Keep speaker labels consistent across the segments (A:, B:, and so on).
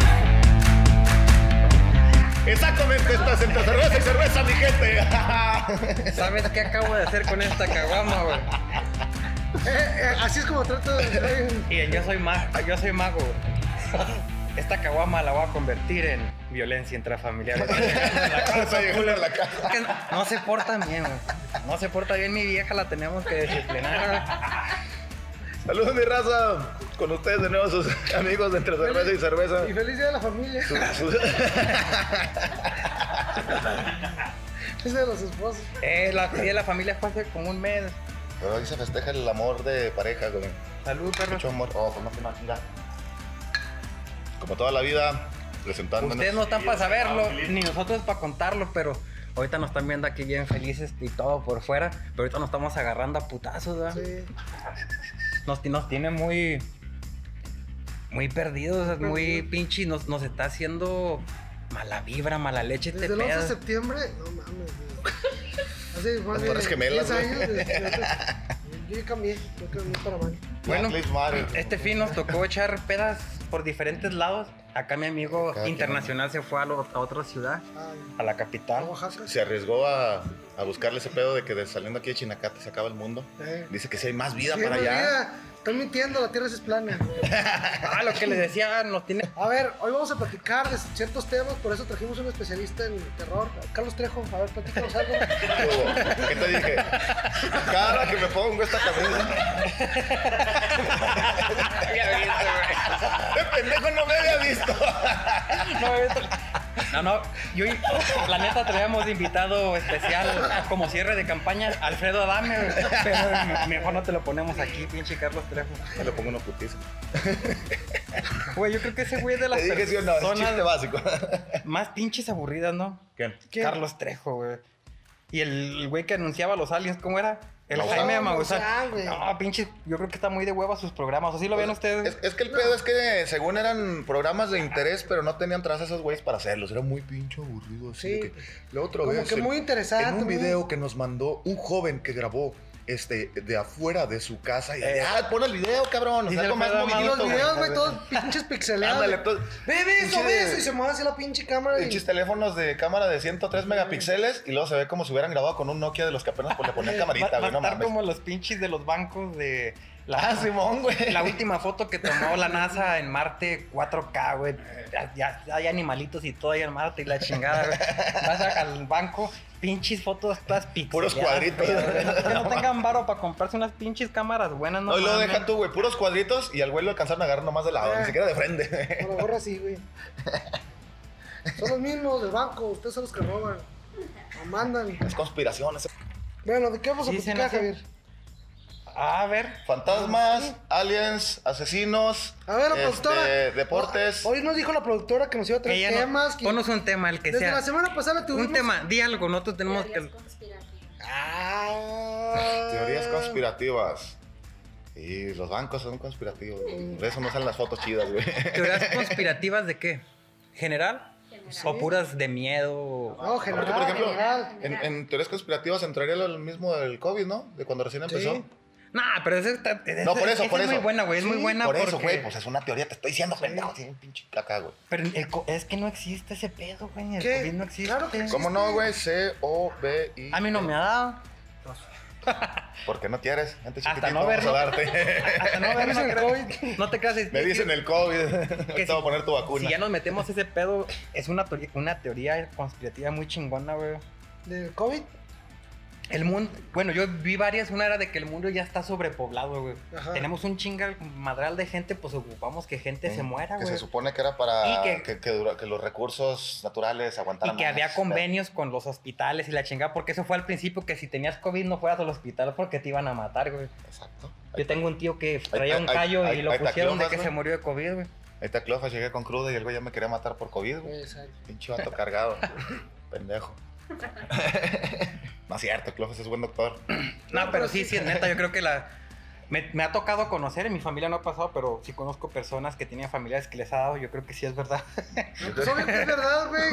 A: ¿Sabes qué acabo de hacer con esta caguama, güey?
B: Eh, así es como trato de.
A: Y yo soy, ma- yo soy mago, güey. Esta caguama la voy a convertir en violencia intrafamiliar.
C: Vamos a llegar a la casa.
A: Es que no se porta bien, güey. No se porta bien mi vieja, la tenemos que disciplinar.
C: Saludos, mi raza. Con ustedes de nuevo, sus amigos de entre cerveza y cerveza.
B: Y feliz día de la familia.
C: Su- su-
B: Es de los esposos.
A: güey. Eh, la de la familia fue hace como un mes.
C: Pero hoy se festeja el amor de pareja, güey.
A: Salud, perro.
C: Mucho amor. Oh, pues no se imagina. Como toda la vida, presentándonos.
A: Ustedes no están
D: Sí,
A: para
D: yo soy
A: saberlo,
D: más feliz.
A: ni nosotros para contarlo, pero ahorita nos están viendo aquí bien felices y todo por fuera, pero ahorita nos estamos agarrando a putazos, ¿verdad?
B: Sí.
A: Nos, nos tiene muy. Muy perdidos, muy pinche, nos, nos está haciendo mala vibra, mala leche este
B: Desde el 11 de
A: pedo.
B: septiembre, no mames. güey. Hace más
C: Las
B: de
C: Torres Gemelas,
B: 10 años.
C: güey.
B: de- de- Yo cambié, yo cambié para mal.
C: Black
A: Bueno,
C: Lives Matter.
A: Este fin nos tocó echar pedas por diferentes lados. Acá mi amigo
C: Acá,
A: internacional se fue a, lo- a otra ciudad,
B: Ay,
A: a la
B: A
A: capital.
B: Ah, Oaxaca.
C: Se arriesgó a, a buscarle ese pedo de que de- saliendo aquí de Chinacate se acaba el mundo.
B: Eh.
C: Dice que si hay más vida
B: Sí,
C: para
B: no,
C: allá.
B: mira, Están mintiendo, la tierra sí es plana.
A: Ah, lo que les decía, nos tiene.
B: A ver, hoy vamos a platicar de ciertos temas, por eso trajimos un especialista en terror, Carlos Trejo. A ver, platícanos algo.
C: ¿Qué hubo? ¿Qué te dije? Cara que me pongo esta camisa. Este pendejo no me había visto.
A: No, esto- no, no, yo y- la neta traíamos de invitado especial como cierre de campaña Alfredo Adame, güey. pero mejor no te lo ponemos aquí, pinche Carlos Trejo.
C: Me lo pongo una putiza.
A: Güey, yo creo que ese güey es de las
C: Te dije sí o no, es
A: personas
C: chiste básico.
A: más pinches aburridas, ¿no?
C: ¿Quién?
B: ¿Qué?
A: Carlos Trejo, güey. Y el güey que anunciaba los aliens, ¿cómo era? El
C: Maussan.
A: Jaime
B: Maussan,
A: Maussan.
B: güey.
A: No, pinche, yo creo que está muy de hueva sus programas, así lo ven ustedes.
C: Pues, Es, es que el pedo es que según eran programas de interés, pero no tenían trazas esos güeyes para hacerlos. Era muy pinche aburrido. Así
B: Sí.
C: de que la otra
B: Como
C: vez,
B: que
C: el-
B: muy interesante,
C: En un
B: muy-
C: video que nos mandó un joven que grabó este, de afuera de su casa. Y ah, pon el video, cabrón. O
A: Eh. Dice
C: sea,
A: el
C: algo más
A: pedo,
B: Y
C: movidito,
B: los
C: güey.
B: videos, güey, todos pinches pixelados.
C: Ándale,
B: güey.
C: todo-
B: Ve, ve eso,
C: pinche-
B: ve eso. Y se mueve así la pinche cámara. Y...
C: Pinches teléfonos de cámara de 103 megapíxeles y luego se ve como si hubieran grabado con un Nokia de los que apenas pues, le ponían
A: Va- va
C: camarita,
A: a
C: güey, no
A: estar
C: mames.
A: como los pinches de los bancos de la
C: Ah, Simón, güey.
A: La última foto que tomó la NASA en Marte 4K, güey. Ya, ya- ya hay animalitos y todo ahí en Marte y la chingada, güey. Vas a- al banco, pinches fotos todas pixeladas.
C: Puros cuadritos.
A: güey. No, Que no tengan varo para comprarse unas pinches cámaras buenas, ¿no?
C: No, y luego
A: mames. Eh.
C: deja tú, güey, puros cuadritos y al güey lo alcanzaron a agarrar nomás de lado,
B: Ah.
C: ni siquiera de frente.
B: A lo mejor así, güey. Son los mismos del banco, ustedes son los que roban. O mandan.
C: Es conspiración, es
B: Bueno, ¿de qué vamos a
A: Dicen
B: platicar,
A: así.
B: Javier?
A: A ver.
C: Fantasmas, aliens, asesinos,
B: A ver, la
C: este,
B: productora.
C: deportes.
B: Hoy nos dijo la productora que nos iba a traer
A: ella no-
B: temas. que-
A: Ponos un tema, el que
B: Desde
A: sea.
B: la semana pasada tuvimos.
A: Un tema, di algo, nosotros tenemos
E: Teorías
A: que.
E: conspirativas.
B: Ah.
C: Teorías conspirativas. Y los bancos son conspirativos. güey. Por eso no salen las fotos chidas, güey.
A: ¿Teorías conspirativas de qué? ¿General?
E: General.
A: ¿O puras de miedo?
B: No, general,
C: Porque, por ejemplo,
B: general.
C: en, en teorías conspirativas entraría lo mismo del COVID, ¿no? De cuando recién empezó.
B: Sí.
A: Nah, pero ese está. ese-
C: No, por eso,
A: esa
C: por
A: es
C: eso.
A: muy buena, güey. Es muy
C: Sí,
A: buena
C: Por eso,
A: porque-
C: güey. Pues es una teoría, te estoy diciendo, pendejo. Tiene un pinche caca, güey.
A: Pero el co- es que no existe ese pedo, güey. El
B: ¿Qué?
A: COVID no existe.
B: Claro que sí.
C: ¿Cómo no, güey? C-O-B-I.
A: A mí no me ha dado.
C: Porque no quieres. Gente
A: Hasta
C: chiquitita,
A: no
C: vamos a
A: verlo.
C: darte.
A: Hasta no ver, no,
B: Dicen el
A: creo-
B: COVID.
A: no te creas. es-
C: Me dicen el COVID. Te
A: si-
C: voy a poner tu vacuna.
A: Si ya nos metemos ese pedo, es una teoría, una teoría conspirativa muy chingona, güey.
B: ¿Del COVID?
A: El mundo, bueno, yo vi varias, una era de que el mundo ya está sobrepoblado, güey.
C: Ah.
B: Ajá.
A: Tenemos un chingal madral de gente, pues ocupamos que gente se
C: Mm,
A: muera,
C: que
A: güey.
C: se supone que era para
A: Y que-
C: que, que dura- que los recursos naturales aguantaran
A: Y que
C: más,
A: había
C: pero-
A: convenios con los hospitales y la chingada, porque eso fue al principio que si tenías COVID no fueras al hospital porque te iban a matar, güey.
C: Exacto.
A: Yo tengo un tío que traía
C: ahí-
A: un callo
C: ahí-
A: y lo
C: ahí está
A: pusieron de
C: Cleofas,
A: que
C: ¿no?
A: se murió de COVID, güey.
C: Ahí está Clofa, llegué con cruda y el güey ya me quería matar por COVID, güey.
B: Exacto.
C: Pinche vato cargado. Pendejo. no es cierto, Clofa es buen doctor.
A: No, pero sí, sí, es neta. Yo creo que la. Me, me ha tocado conocer, en mi familia no ha pasado, pero sí conozco personas que tienen familiares que les ha dado, yo creo que sí es verdad.
B: Pues obvio que es verdad, güey.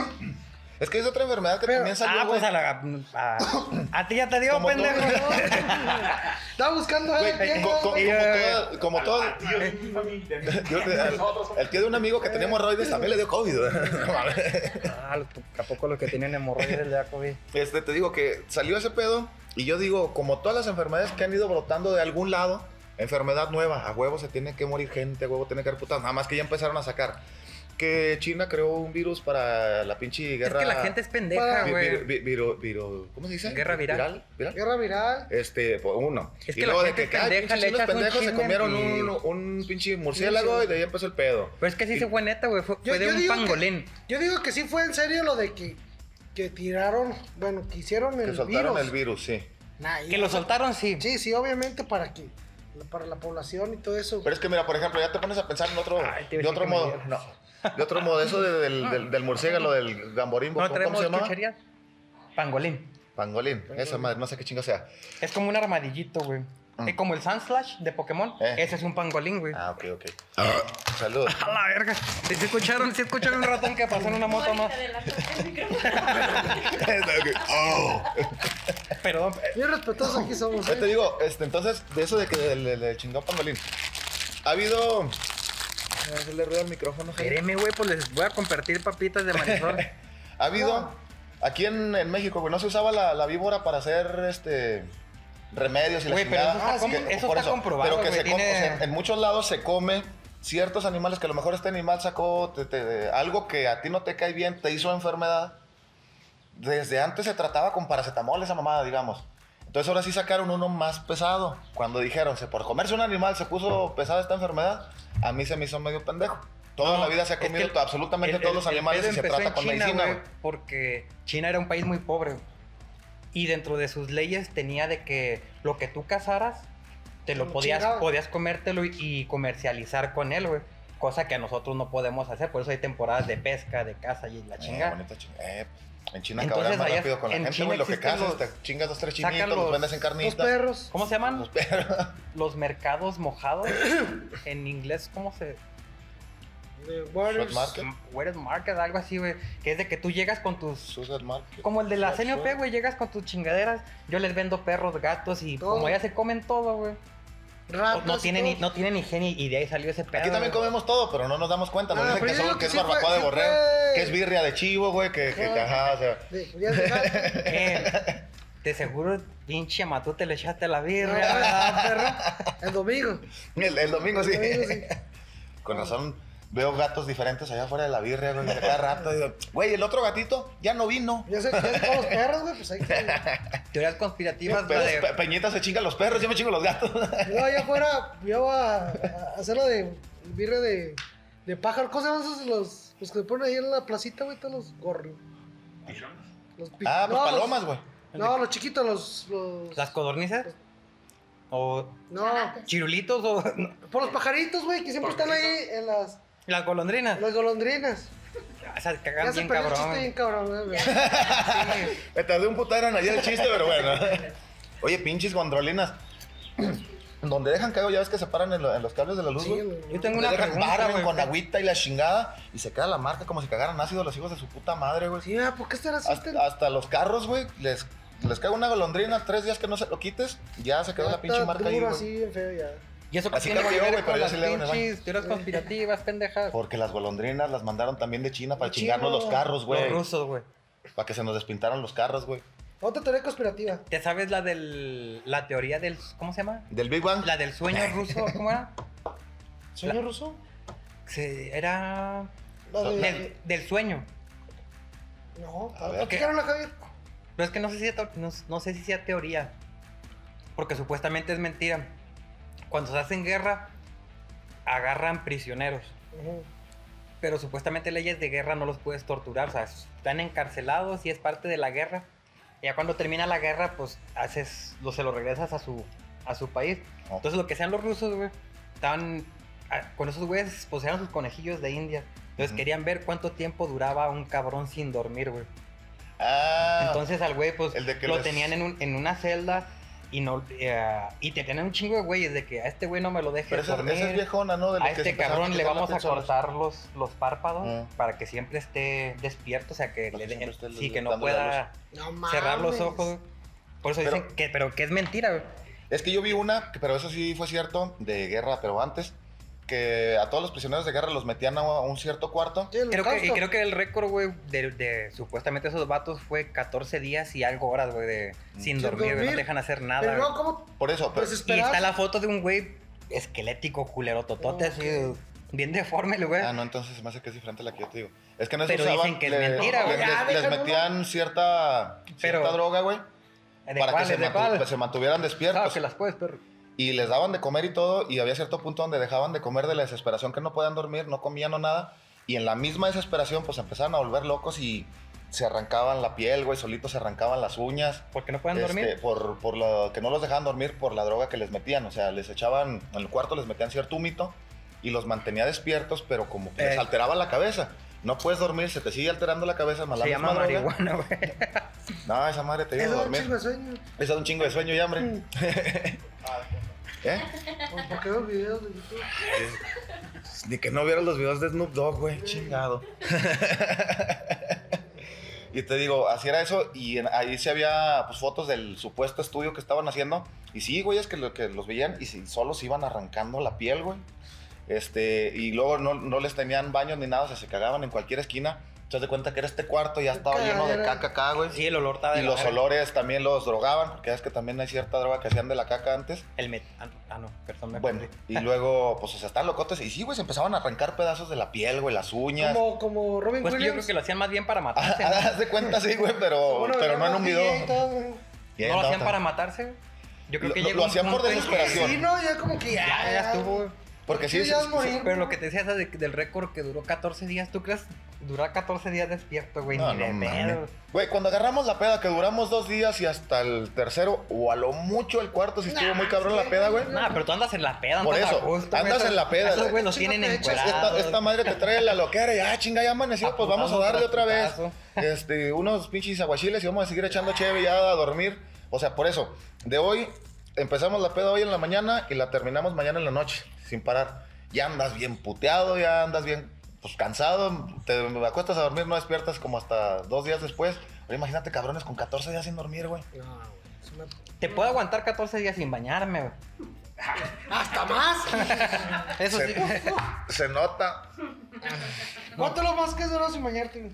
C: Es que es otra enfermedad que
B: Pero-
C: también salió,
A: Ah,
C: güey.
A: pues a la. A, a ti ya te dio,
C: Como tú.
A: pendejo.
B: Estaba buscando a alguien.
C: Güey,
B: ¿quién
C: co- co-
B: era,
C: como,
B: güey?
C: todo, como todo-
F: Tío de mi familia.
C: yo te- al- el tío de un amigo que
F: Eh.
C: tenemos hemorroides también le dio COVID. No mames.
A: Ah, ¿a poco los que tienen hemorroides de COVID?
C: Este, te digo que salió ese pedo y yo digo, como todas las enfermedades que han ido brotando de algún lado, enfermedad nueva, a huevo se tiene que morir gente, a huevo tiene que haber putas, nada más que ya empezaron a sacar. Que China creó un virus para la pinche
A: Es
C: guerra...
A: que la gente es pendeja,
C: vi- vi-
A: güey.
C: vi- viro- viro- ¿Cómo se dice?
A: Guerra viral.
C: ¿Viral?
B: Guerra viral.
C: Este, pues, uno.
A: Es
C: y
A: que la
C: luego de
A: gente
C: que
A: es
C: cada
A: pendeja,
C: pinche
A: le
C: chinos
A: echas un
C: pendejos se
A: chisme
C: comieron
A: y-
C: un, un pinche murciélago
B: Sí, sí.
C: y de ahí empezó el pedo.
A: Pero es que sí se fue neta, güey. Fue, fue
B: Yo-
A: de
B: yo
A: un
B: digo que-
A: pangolín.
B: Yo digo que sí fue en serio lo de que, que tiraron, bueno, que hicieron
C: Que
B: el
C: soltaron
B: virus.
C: el virus, sí.
B: Nah,
A: Que lo soltaron, sí.
B: Sí, sí, obviamente para que, para la población y todo eso.
C: Pero es que mira, por ejemplo, ya te pones a pensar en otro,
A: Ay, Oh, te
C: de
A: iba a decir
C: otro
A: que me
C: modo,
A: dieras.
C: no, de otro modo, eso de- del, del, del murciélago, del gamborimbo,
A: ¿No
C: ¿cómo, cómo
A: tenemos
C: se llama?
A: chucherías? Pangolín.
C: Pangolín, esa madre, no sé qué chinga sea.
A: Es como un armadillito, güey.
C: Mm.
A: Es como el Sandslash de Pokémon.
C: Eh.
A: Ese es un pangolín, güey.
C: Ah, ok, ok. Salud.
A: A la verga. ¿Sí ¿Sí escucharon? ¿Sí escucharon un ratón que pasó en una moto más?
C: Oh.
A: Perdón.
B: Bien respetuosos aquí somos.
C: Yo te
B: ¿eh?
C: digo, este, entonces, de eso de que del, del- del chingado pangolín, ha habido... Hacerle ruido al micrófono, Jaime.
A: Espéreme, güey, pues les voy a compartir papitas de marisol.
C: Ha habido aquí en, en México, güey, no se usaba la, la víbora para hacer este remedios y la
A: Güey, pero
C: chingada.
A: eso está
C: Ah,
A: com-
C: que-
A: eso
C: por
A: está comprobado,
C: Pero que
A: güey,
C: se come,
A: tiene-
C: o sea, en muchos lados se come ciertos animales que a lo mejor este animal sacó te- te- algo que a ti no te cae bien, te hizo enfermedad. Desde antes se trataba con paracetamol esa mamada, digamos. Entonces ahora sí sacaron uno más pesado. Cuando dijeron, "Se- por comerse un animal se puso pesada esta enfermedad, a mí se me hizo medio pendejo. Toda
A: No,
C: la vida se ha
A: es que
C: comido
A: el-
C: absolutamente
A: el-
C: todos los
A: el- el
C: animales
A: pedo
C: y se
A: empezó
C: trata
A: en
C: con
A: China,
C: medicina,
A: güey,
C: güey.
A: Porque China era un país muy pobre. güey. Y dentro de sus leyes tenía de que lo que tú cazaras, te lo
B: Lo
A: podías,
B: chingaba.
A: podías comértelo y, y comercializar con él, güey. Cosa que nosotros no podemos hacer. Por eso hay temporadas de pesca, de caza y la
C: Eh,
A: chingada.
C: bonita chinga. Eh, en China
A: Entonces,
C: cabrán más
A: allá
C: rápido con la
A: en
C: gente,
A: China
C: güey. Lo que
A: existen
C: cazas,
A: los-
C: te chingas dos, tres
A: sacan
C: chinitos, los,
A: los-
C: vendes en
B: Los
C: carnitas.
B: perros.
A: ¿Cómo se llaman?
C: Los perros.
A: Los mercados mojados. en inglés, ¿cómo se...?
B: De Waters.
C: Shot Market.
A: Where's market, algo así, güey. Que es de que tú llegas con tus
C: Susan Market.
A: Como el de la CNOP,
C: Susan-
A: güey, llegas con tus chingaderas, yo les vendo perros, gatos y
B: Todo. Ah, pues,
A: como ya se comen todo, güey.
B: ratas
A: No
B: y
A: tienen ni,
B: todo.
A: no tienen higiene y de ahí salió ese pedo.
C: Aquí también
A: güey.
C: comemos todo, pero no nos damos cuenta. Nos
B: Ah,
C: dicen
B: pero
C: que,
B: yo
C: son-
B: digo
C: que
B: que
C: es
B: sí
C: barbacoa
B: fue-
C: de
B: sí
C: borrego,
B: fue.
C: que es birria de chivo, güey, que, que, que ajá, o sea.
B: De- ya se sabe.
A: Eh, de seguro, pinche matú te le echaste a la birria,
B: No,
A: ¿verdad, perro?
B: El domingo.
C: El, el domingo sí.
B: El domingo sí.
C: Con razón veo gatos diferentes allá afuera de la birria, güey. de Cada rato digo, güey, el otro gatito ya no vino.
B: Ya se, ya se comen los perros, güey, pues ahí que-
A: Teorías conspirativas,
C: Pero
A: güey. de-
C: Pe- Peñita se chinga los perros, yo me chingo los gatos.
B: Yo allá afuera, yo a, a hacerlo de birre de, de pájaro. ¿Cómo se llaman esos los, los que se ponen ahí en la placita, güey? Todos los gorros. Los pi-
C: Ah, pues
B: no, los-
C: palomas, güey.
B: No, los chiquitos, los. los-
A: ¿Las codornices? ¿O
B: No,
A: chirulitos? ¿O no,
B: por los pajaritos, güey, que siempre están ahí en las,
A: las golondrinas?
B: en las golondrinas.
A: O sea,
B: Ya
A: cagan
B: se
A: bien
B: perdió el chiste
A: cabrón.
B: bien cabrón, güey, güey.
C: Me tardé un putero en hallar el chiste, pero bueno. Oye, pinches gondrolinas. Donde dejan caigo, ya ves que se paran en, lo- en los cables de la luz,
B: Sí,
C: güey.
B: güey.
A: Yo tengo
C: Donde
A: una
C: dejan
A: pregunta,
C: barren
A: güey.
C: con agüita y la chingada y se queda la marca como si cagaran ácido los hijos de su puta madre, güey.
B: Sí, ah, ¿por qué estará así?
C: Hasta, hasta los carros, güey, les, les caga una golondrina, tres días que no se lo quites, ya se quedó la pinche marca ahí,
B: duro,
C: güey.
B: así, bien feo ya.
A: Y eso que
C: Así
A: tiene que
C: cambió,
A: ver
C: güey, pero
A: con
C: yo
A: las
C: sí le hago en el baño.
A: pinches teorías conspirativas, pendejas.
C: Porque las golondrinas las mandaron también de China para
B: De
C: chingarnos
B: China.
C: los carros,
A: Los
C: güey.
A: rusos, güey.
C: Para que se nos despintaron los carros, güey.
B: Otra teoría conspirativa.
A: ¿Te sabes la del. la teoría del. ¿Cómo se llama?
C: Del Big Bang.
A: La del sueño ruso, ¿cómo era?
B: ¿Sueño
A: La-
B: ruso?
A: Se- era.
B: La de-
A: Del, del sueño.
B: No,
C: A ver,
B: ¿por qué
A: ¿qué?
B: la Javier?
A: Pero es que no sé si sea, teo- no, no sé si sea teoría. Porque supuestamente es mentira. Cuando se hacen guerra, agarran prisioneros.
B: Ujú.
A: Pero supuestamente leyes de guerra no los puedes torturar. O sea, están encarcelados y es parte de la guerra. Y ya cuando termina la guerra, pues haces. Lo, se lo regresas a su, a su país.
C: No.
A: Entonces, lo que sean los rusos, güey, estaban. ah, Con esos güeyes, pues eran sus conejillos de India. Entonces,
C: Ujú.
A: querían ver cuánto tiempo duraba un cabrón sin dormir, güey.
C: Ah,
A: Entonces, al güey, pues
C: el de que
A: lo
C: les-
A: tenían en, un- en una celda. Y, no, eh, y te tienen un chingo de güeyes de que a este güey no me lo dejes
C: Pero esa,
A: dormir.
C: esa es viejona, ¿no? De los
A: a
C: que se
A: este
C: empezaron
A: cabrón le
C: quitar las
A: vamos a
C: pinzolas.
A: cortar los, los párpados
C: Mm.
A: para que siempre esté despierto, o sea, que,
C: Para
A: le
C: que
A: den,
C: siempre esté
A: sí, que no
C: dándole la
A: pueda
B: No mames.
A: cerrar los ojos. Por eso
C: Pero-
A: dicen que, pero que es mentira, güey.
C: Es que yo vi una, que- pero eso sí fue cierto, de guerra, pero antes, que a todos los prisioneros de guerra los metían a un cierto cuarto.
B: Sí, el
A: Creo que, y
B: holocausto.
A: creo que el récord, güey, de, de supuestamente esos vatos fue 14 días y algo horas, güey, de sin
B: Sin
A: dormir, güey, no
B: dormir.
A: te dejan hacer nada.
B: Pero
A: güey.
B: no, ¿cómo?
C: Por eso, pero,
B: Pues es-
A: y
B: esperas.
A: está la foto de un güey esquelético, culero, totote,
B: Ok.
A: así, bien deforme el güey.
C: Ah, no, entonces se me hace que es diferente a la que yo te digo. Es que no es
A: Pero
C: usaban,
A: dicen que es
C: le-
A: mentira,
C: le-
A: güey.
B: Ya,
C: les, les
B: déjalo,
C: metían cierta, cierta
A: Pero-
C: droga, güey,
A: ¿De
C: para que
A: cuál?
C: se,
A: ¿De
C: mantu-
A: cuál?
C: se mantuvieran
A: Claro
C: despiertos.
A: que las puedes, pero...
C: Y les daban de comer y todo, y había cierto punto donde dejaban de comer de la desesperación que no podían dormir, no comían o nada. Y en la misma desesperación, pues empezaban a volver locos y se arrancaban la piel, güey, solitos se arrancaban las uñas.
A: ¿Por qué no pueden
C: Este,
A: dormir?
C: Por, por lo que no los dejaban dormir por la droga que les metían. O sea, les echaban en el cuarto, les metían cierto humito y los mantenía despiertos, pero como que les
A: Eh.
C: alteraba la cabeza. No puedes dormir, se te sigue alterando la cabeza, más la
A: Se
C: misma
A: llama
C: droga.
A: marihuana, güey.
C: No, esa madre te
B: Eso
C: ayuda a
B: es un
C: dormir.
B: chingo de Mm. sueño.
C: Esa es un chingo de sueño y hambre. ¿Eh?
B: ¿Por por qué los videos de YouTube?
C: Ni que no vieras los videos de Snoop Dogg, güey. Chingado. y te digo, así era eso. Y en- ahí se había pues, fotos del supuesto estudio que estaban haciendo. Y sí, güey, es que, lo- que los veían y sí, solo se iban arrancando la piel, güey. Este, y luego no, no les tenían baños ni nada, o sea, se cagaban en cualquier esquina. Te das cuenta que era este cuarto, ya estaba lleno de
B: Cagadera.
C: caca acá, güey.
A: Sí, el olor estaba de
C: Y
A: la
C: los
A: verga.
C: olores también los drogaban, porque es que también hay cierta droga que hacían de la caca antes.
A: El met... Ah, no, ah, no, perdón, me
C: Bueno,
A: confundí.
C: y luego, pues, o sea, están locotes. Y sí, güey, se empezaban a arrancar pedazos de la piel, güey, las uñas.
B: Como, como Robin
A: Pues que yo creo
B: Williams.
A: que lo hacían más bien para
C: Ah,
A: matarse.
C: ah, haz de cuenta, sí, güey, pero,
B: Bueno,
C: pero no en un
B: DJ
C: video.
B: y todo.
C: Y ahí
A: ¿No lo hacían
C: andaba-
A: para matarse? güey? Yo creo
C: Lo-
A: que
C: lo-
A: llegó
C: lo
A: un-
C: hacían
A: un
C: por
A: punto en que
C: desesperación.
B: Sí, no, ya como que ya.
A: Ya, ya estuvo. güey.
C: Porque sí,
B: Sí,
C: sí,
B: ya
C: sí,
B: morí.
C: sí.
A: Pero lo que te decías de- del récord que duró 14 días, ¿tú crees? Durar 14 días despierto, güey,
C: No,
A: ni de
C: no
A: pedo.
C: mames. Güey, cuando agarramos la peda, que duramos dos días y hasta el tercero, o a lo mucho el cuarto, si estuvo
B: Nah,
C: muy cabrón
B: sí,
C: la peda, güey.
B: no,
A: Nah, pero tú andas en la peda,
C: Por
A: andas
C: eso,
A: a gusto, güey,
C: andas
A: esos-
C: en la peda,
A: Esos
C: güey.
A: güey los tienen
B: Chingate, échate.
A: encuerados.
C: Pues, Esta, esta madre te trae la loquera, ya chinga, ya amaneció, pues vamos a darle otra vez. Este, unos pinches aguachiles y vamos a seguir echando chévere ya a dormir. O sea, por eso, de hoy empezamos la peda hoy en la mañana y la terminamos mañana en la noche, sin parar. Ya andas bien puteado, ya andas bien pues, cansado, te acuestas a dormir, no despiertas como hasta dos días después. Oye, imagínate cabrones con 14 días sin dormir, güey.
B: No, güey, es una-
A: Te puedo aguantar 14 días sin bañarme, güey.
B: ¡Hasta más!
A: Eso sí.
C: Se nota.
B: ¿Cuánto es lo más que has durado sin bañarte?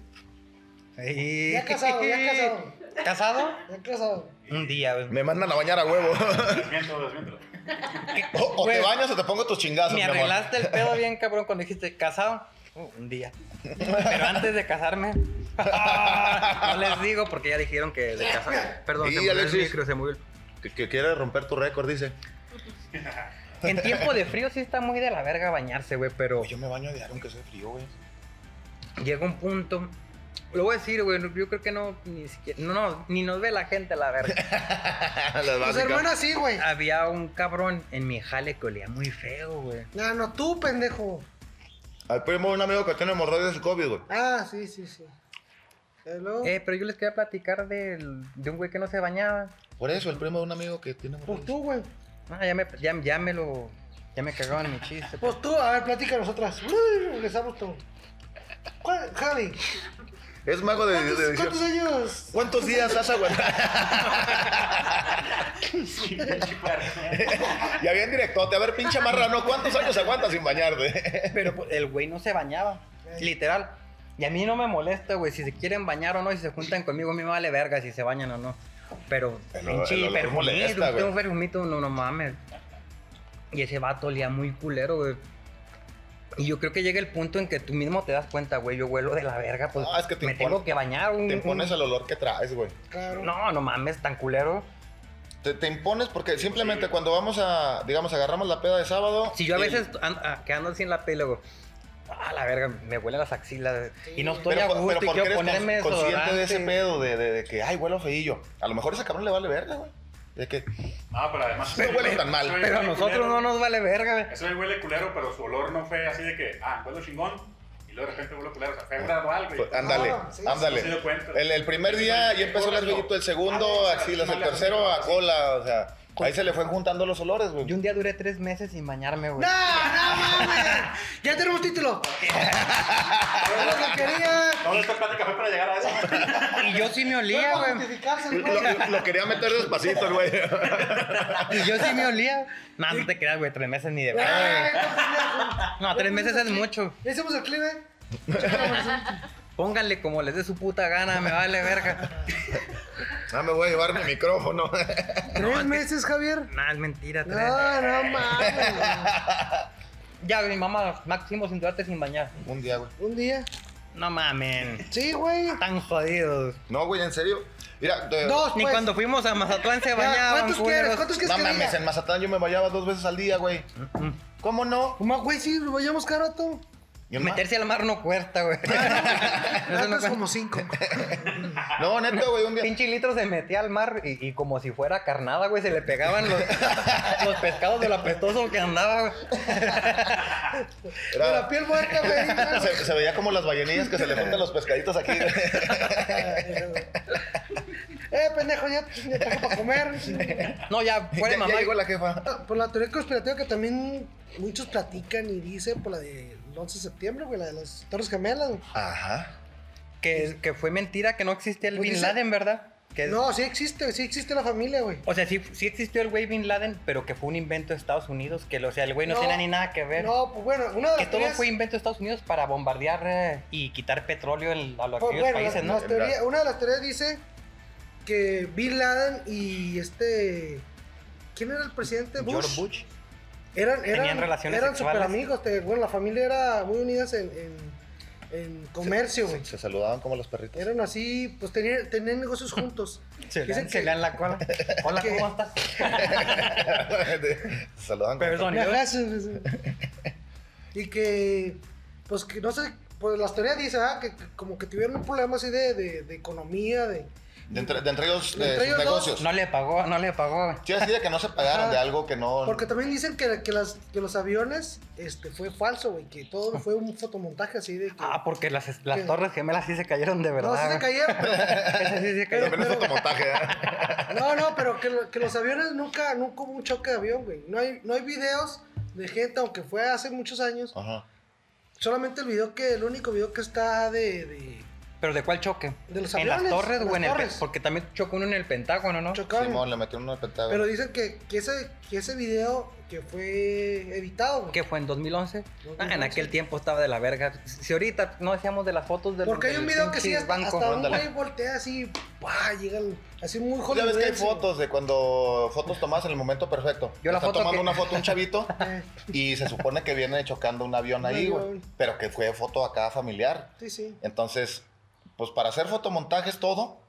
B: güey?
A: Sí.
B: Ya casado, ya casado.
A: ¿Casado?
B: Ya casado.
A: Un día, güey.
C: Me mandan a bañar a huevo.
G: Desmiento, desmiento.
C: o, o te
A: Güey.
C: bañas o te pongo tus chingazos, mi
A: Me
C: amor.
A: arreglaste el pedo bien, cabrón, cuando dijiste casado. Uh, un día. Pero antes de casarme. no les digo porque ya dijeron que de casado. Perdón,
C: Y
A: se movió el
C: Alexis.
A: micro, se movió el-
C: Que, que quiere romper tu récord, dice.
A: En tiempo de frío sí está muy de la verga bañarse, güey, pero
C: Pues yo me baño de diario aunque sea frío, güey.
A: llega un punto. Lo voy a decir, güey, yo creo que no ni siquiera. No, no, ni nos ve la gente, la verga.
C: Las
B: Tus
C: básicas.
B: hermanas sí, güey.
A: Había un cabrón en mi jale que olía muy feo, güey.
B: No, no, tú, pendejo.
C: Al primo de un amigo que tiene hemorroides y COVID, güey.
B: Ah, sí, sí, sí. Eh, luego,
A: Eh, pero yo les quería platicar del- de un güey que no se bañaba.
C: Por eso, el primo de un amigo que tiene
B: Pues
C: hemorroides.
B: tú, güey.
A: Ah, ya me, ya, ya me lo. Ya me cagaban mi chiste.
B: Pues tú, a ver, platica nosotras. Uy, regresamos todo. ¿Cuál- Javi,
C: Es mago de, de
B: ¿cuántos,
C: edición.
B: cuántos
C: ¿Cuántos,
B: años?
C: días has aguantado?
G: Sí, pinche perro.
C: ya bien directote. A ver, pinche marrano, ¿cuántos años aguantas sin bañarte?
A: Pero pues, el güey no se bañaba,
B: Ey.
A: literal. Y a mí no me molesta, güey, si se quieren bañar o no, si se juntan conmigo, a mí me vale verga si se bañan o no. Pero,
C: El-
A: pinche
C: el olor
A: perfumito,
C: molesta,
A: usted
C: güey.
A: un perfumito, no, no mames. Y ese vato olía muy culero, güey. Y yo creo que llega el punto en que tú mismo te das cuenta, güey, yo huelo de la verga, pues
C: Ah, es que te
A: me
C: impone-
A: tengo que bañar. un-
C: te impones el olor que traes, güey.
B: Claro.
A: No, no mames, tan culero.
C: Te, te impones porque simplemente cuando vamos a, digamos, agarramos la peda de sábado.
A: Si yo a
C: y-
A: veces an- ah, que ando así en la pele, güey, ah, la verga, me huelen las axilas. güey. Y no estoy
C: Pero,
A: a
C: por-
A: gusto
C: pero
A: y
C: porque
A: quiero
C: eres con-
A: ponerme
C: consciente de ese
A: desodorante.
C: pedo de, de- de que, ay, huelo feillo. A lo mejor ese cabrón le vale verga, güey. De que,
G: No, pero además.
C: No huele tan mal.
G: Eso
A: Pero a
G: huele
A: nosotros
G: culero.
A: no nos vale verga, güey.
G: Eso ahí huele culero, pero su olor no fue así de que, ah, huele chingón. Y luego de repente huele culero. O sea, fue gradual, güey.
C: Pues, ándale,
B: Ah, sí,
C: ándale.
G: sí, sí, se dio cuenta.
C: el, el primer día ya empezó el arreglito, el segundo
G: Ah,
C: axilas, el
G: mala
C: tercero
G: cosa.
C: a cola, o sea, Ahí se le fueron juntando los olores, güey.
A: Yo un día duré tres meses sin bañarme,
B: ¡No,
A: güey.
B: no mames! Ya tenemos título. Yo no lo quería.
H: No le estoy esperando el café para llegar a eso.
A: Y yo sí me olía,
B: Luego
A: güey.
B: justificarse pues. el güey.
I: Lo, lo quería meter despacito, el güey.
A: Y yo sí me olía. No, no te creas, güey. Tres meses ni de pedo,
B: Ay,
A: güey.
B: no, pendejo.
A: No, tres meses es mucho.
B: Ya Ah, hicimos el clip, eh.
A: Pónganle como les dé su puta gana, me vale verga.
I: No me voy a llevar mi micrófono.
B: Tres meses, Javier.
A: No, es mentira, tres.
B: No, no mames. güey.
A: Ya, mi mamá, máximo sin durarte sin bañar.
C: Un día, güey.
B: Un día.
A: No mamen.
B: Sí, güey.
A: Tan jodidos.
I: No, güey, en serio.
C: Mira, te-
B: Dos,
A: Ni
B: pues.
A: cuando fuimos a Mazatlán se
B: Ya,
A: bañaban.
B: ¿Cuántos quieres?
A: culeros.
B: ¿Cuántos quieres
C: no
B: que
C: mames,
B: diga?
C: en Mazatlán yo me bañaba dos veces al día, güey. ¿Cómo no?
B: Como, güey, sí, lo vayamos carato.
C: Y en ma-
A: Meterse al mar no cuesta, güey. Eso no
B: Antes
A: cuesta.
B: como cinco.
C: No, neto, güey, un día.
A: Pinche litro se metía al mar y, y como si fuera carnada, güey, se le pegaban los, los pescados del apestoso que andaba, güey.
B: De
C: Era-
B: la piel muerta, güey.
C: se, se veía como las ballenillas que se le juntan los pescaditos aquí, güey.
B: Eh, pendejo, ya, ya tengo para comer.
A: No, ya,
C: Ya,
A: fuera de
C: ya
A: mamá.
C: llegó la jefa.
B: Ah, Por la teoría conspirativa que también muchos platican y dicen, por la del 11 de septiembre, güey, la de las Torres Gemelas. güey.
C: Ajá.
A: Que, que fue mentira que no existía el
B: Pues
A: Bin
B: dice-
A: Laden, ¿verdad? Que,
B: No, sí existe, sí existe la familia, güey.
A: O sea, sí, sí existió el güey Bin Laden, pero que fue un invento de Estados Unidos, que o sea, el güey no,
B: No,
A: tenía ni nada que ver.
B: No, pues bueno, una de
A: que
B: las
A: todo
B: teorías-
A: fue invento de Estados Unidos para bombardear eh, y quitar petróleo en- a los
B: Pues,
A: aquellos
B: bueno,
A: países,
B: la-
A: ¿no?
B: las teorías- una de las teorías dice que Bin Laden y este. ¿Quién era el presidente?
A: George Bush.
B: Eran, eran,
A: Tenían relaciones
B: eran
A: sexuales.
B: super amigos. bueno, la familia era muy unidas en, en, en comercio, güey.
C: Se saludaban como los perritos.
B: Eran así, pues tenían, tenían negocios juntos.
A: Se le,
B: Dicen
A: dan, se
B: que-
A: le dan la cola. Hola,
B: que-
A: ¿cómo estás?
C: se saludaban como
A: Perdón,
B: Me
A: yo-
B: abrazan, pues, y que, pues que no sé, pues las teorías dicen ah, que, que como que tuvieron un problema así de, de, de economía, de...
C: De entre, de entre ellos, de sus
B: Entre ellos dos.
C: negocios.
A: No le pagó, no le pagó. güey.
C: Sí, así de que no se pagaron
B: Ajá.
C: de algo que no.
B: Porque también dicen que, que, las, que los aviones este, fue falso, güey, que todo fue un fotomontaje así de que...
A: Ah, porque las, las
B: ¿Qué?
A: torres gemelas sí se cayeron de verdad.
B: no, sí se
A: güey.
B: cayeron, pero-
A: Esas sí se cayeron.
I: También es fotomontaje, ¿eh?
B: No, no, pero que, lo- que los aviones nunca, nunca hubo un choque de avión, güey. No hay, no hay videos de gente, aunque fue hace muchos años.
C: Ajá.
B: Solamente el video que, el único video que está de, de,
A: ¿Pero de cuál choque?
B: de los
A: ¿En
B: aviones.
A: las torres
B: de
A: o
B: las
A: en el pe-
B: torres.
A: Porque también chocó uno en el Pentágono, ¿no?
B: Chocaron.
C: Simón, le metieron una petada.
B: Pero dicen que, que, ese, que ese video que fue editado, güey.
A: ¿Qué fue en 2011? Ah,
B: 2011.
A: en aquel tiempo estaba de la verga. Si ahorita no decíamos de las fotos del
B: Porque hay un
A: del
B: video que sí,
A: pinche
B: hasta,
A: banco.
B: hasta un
C: ándale.
B: güey voltea así, ¡pah! Llega el- así muy jodido.
C: Pues ya ves que hay fotos de cuando fotos tomadas en el momento perfecto.
A: Yo la
C: Está
A: foto
C: tomando
A: que-
C: una foto un chavito
B: Eh,
C: y se supone que viene chocando un avión ahí,
B: Un
C: güey.
B: avión.
C: Pero que fue foto acá familiar.
B: Sí, sí.
C: Entonces, pues para hacer fotomontajes todo,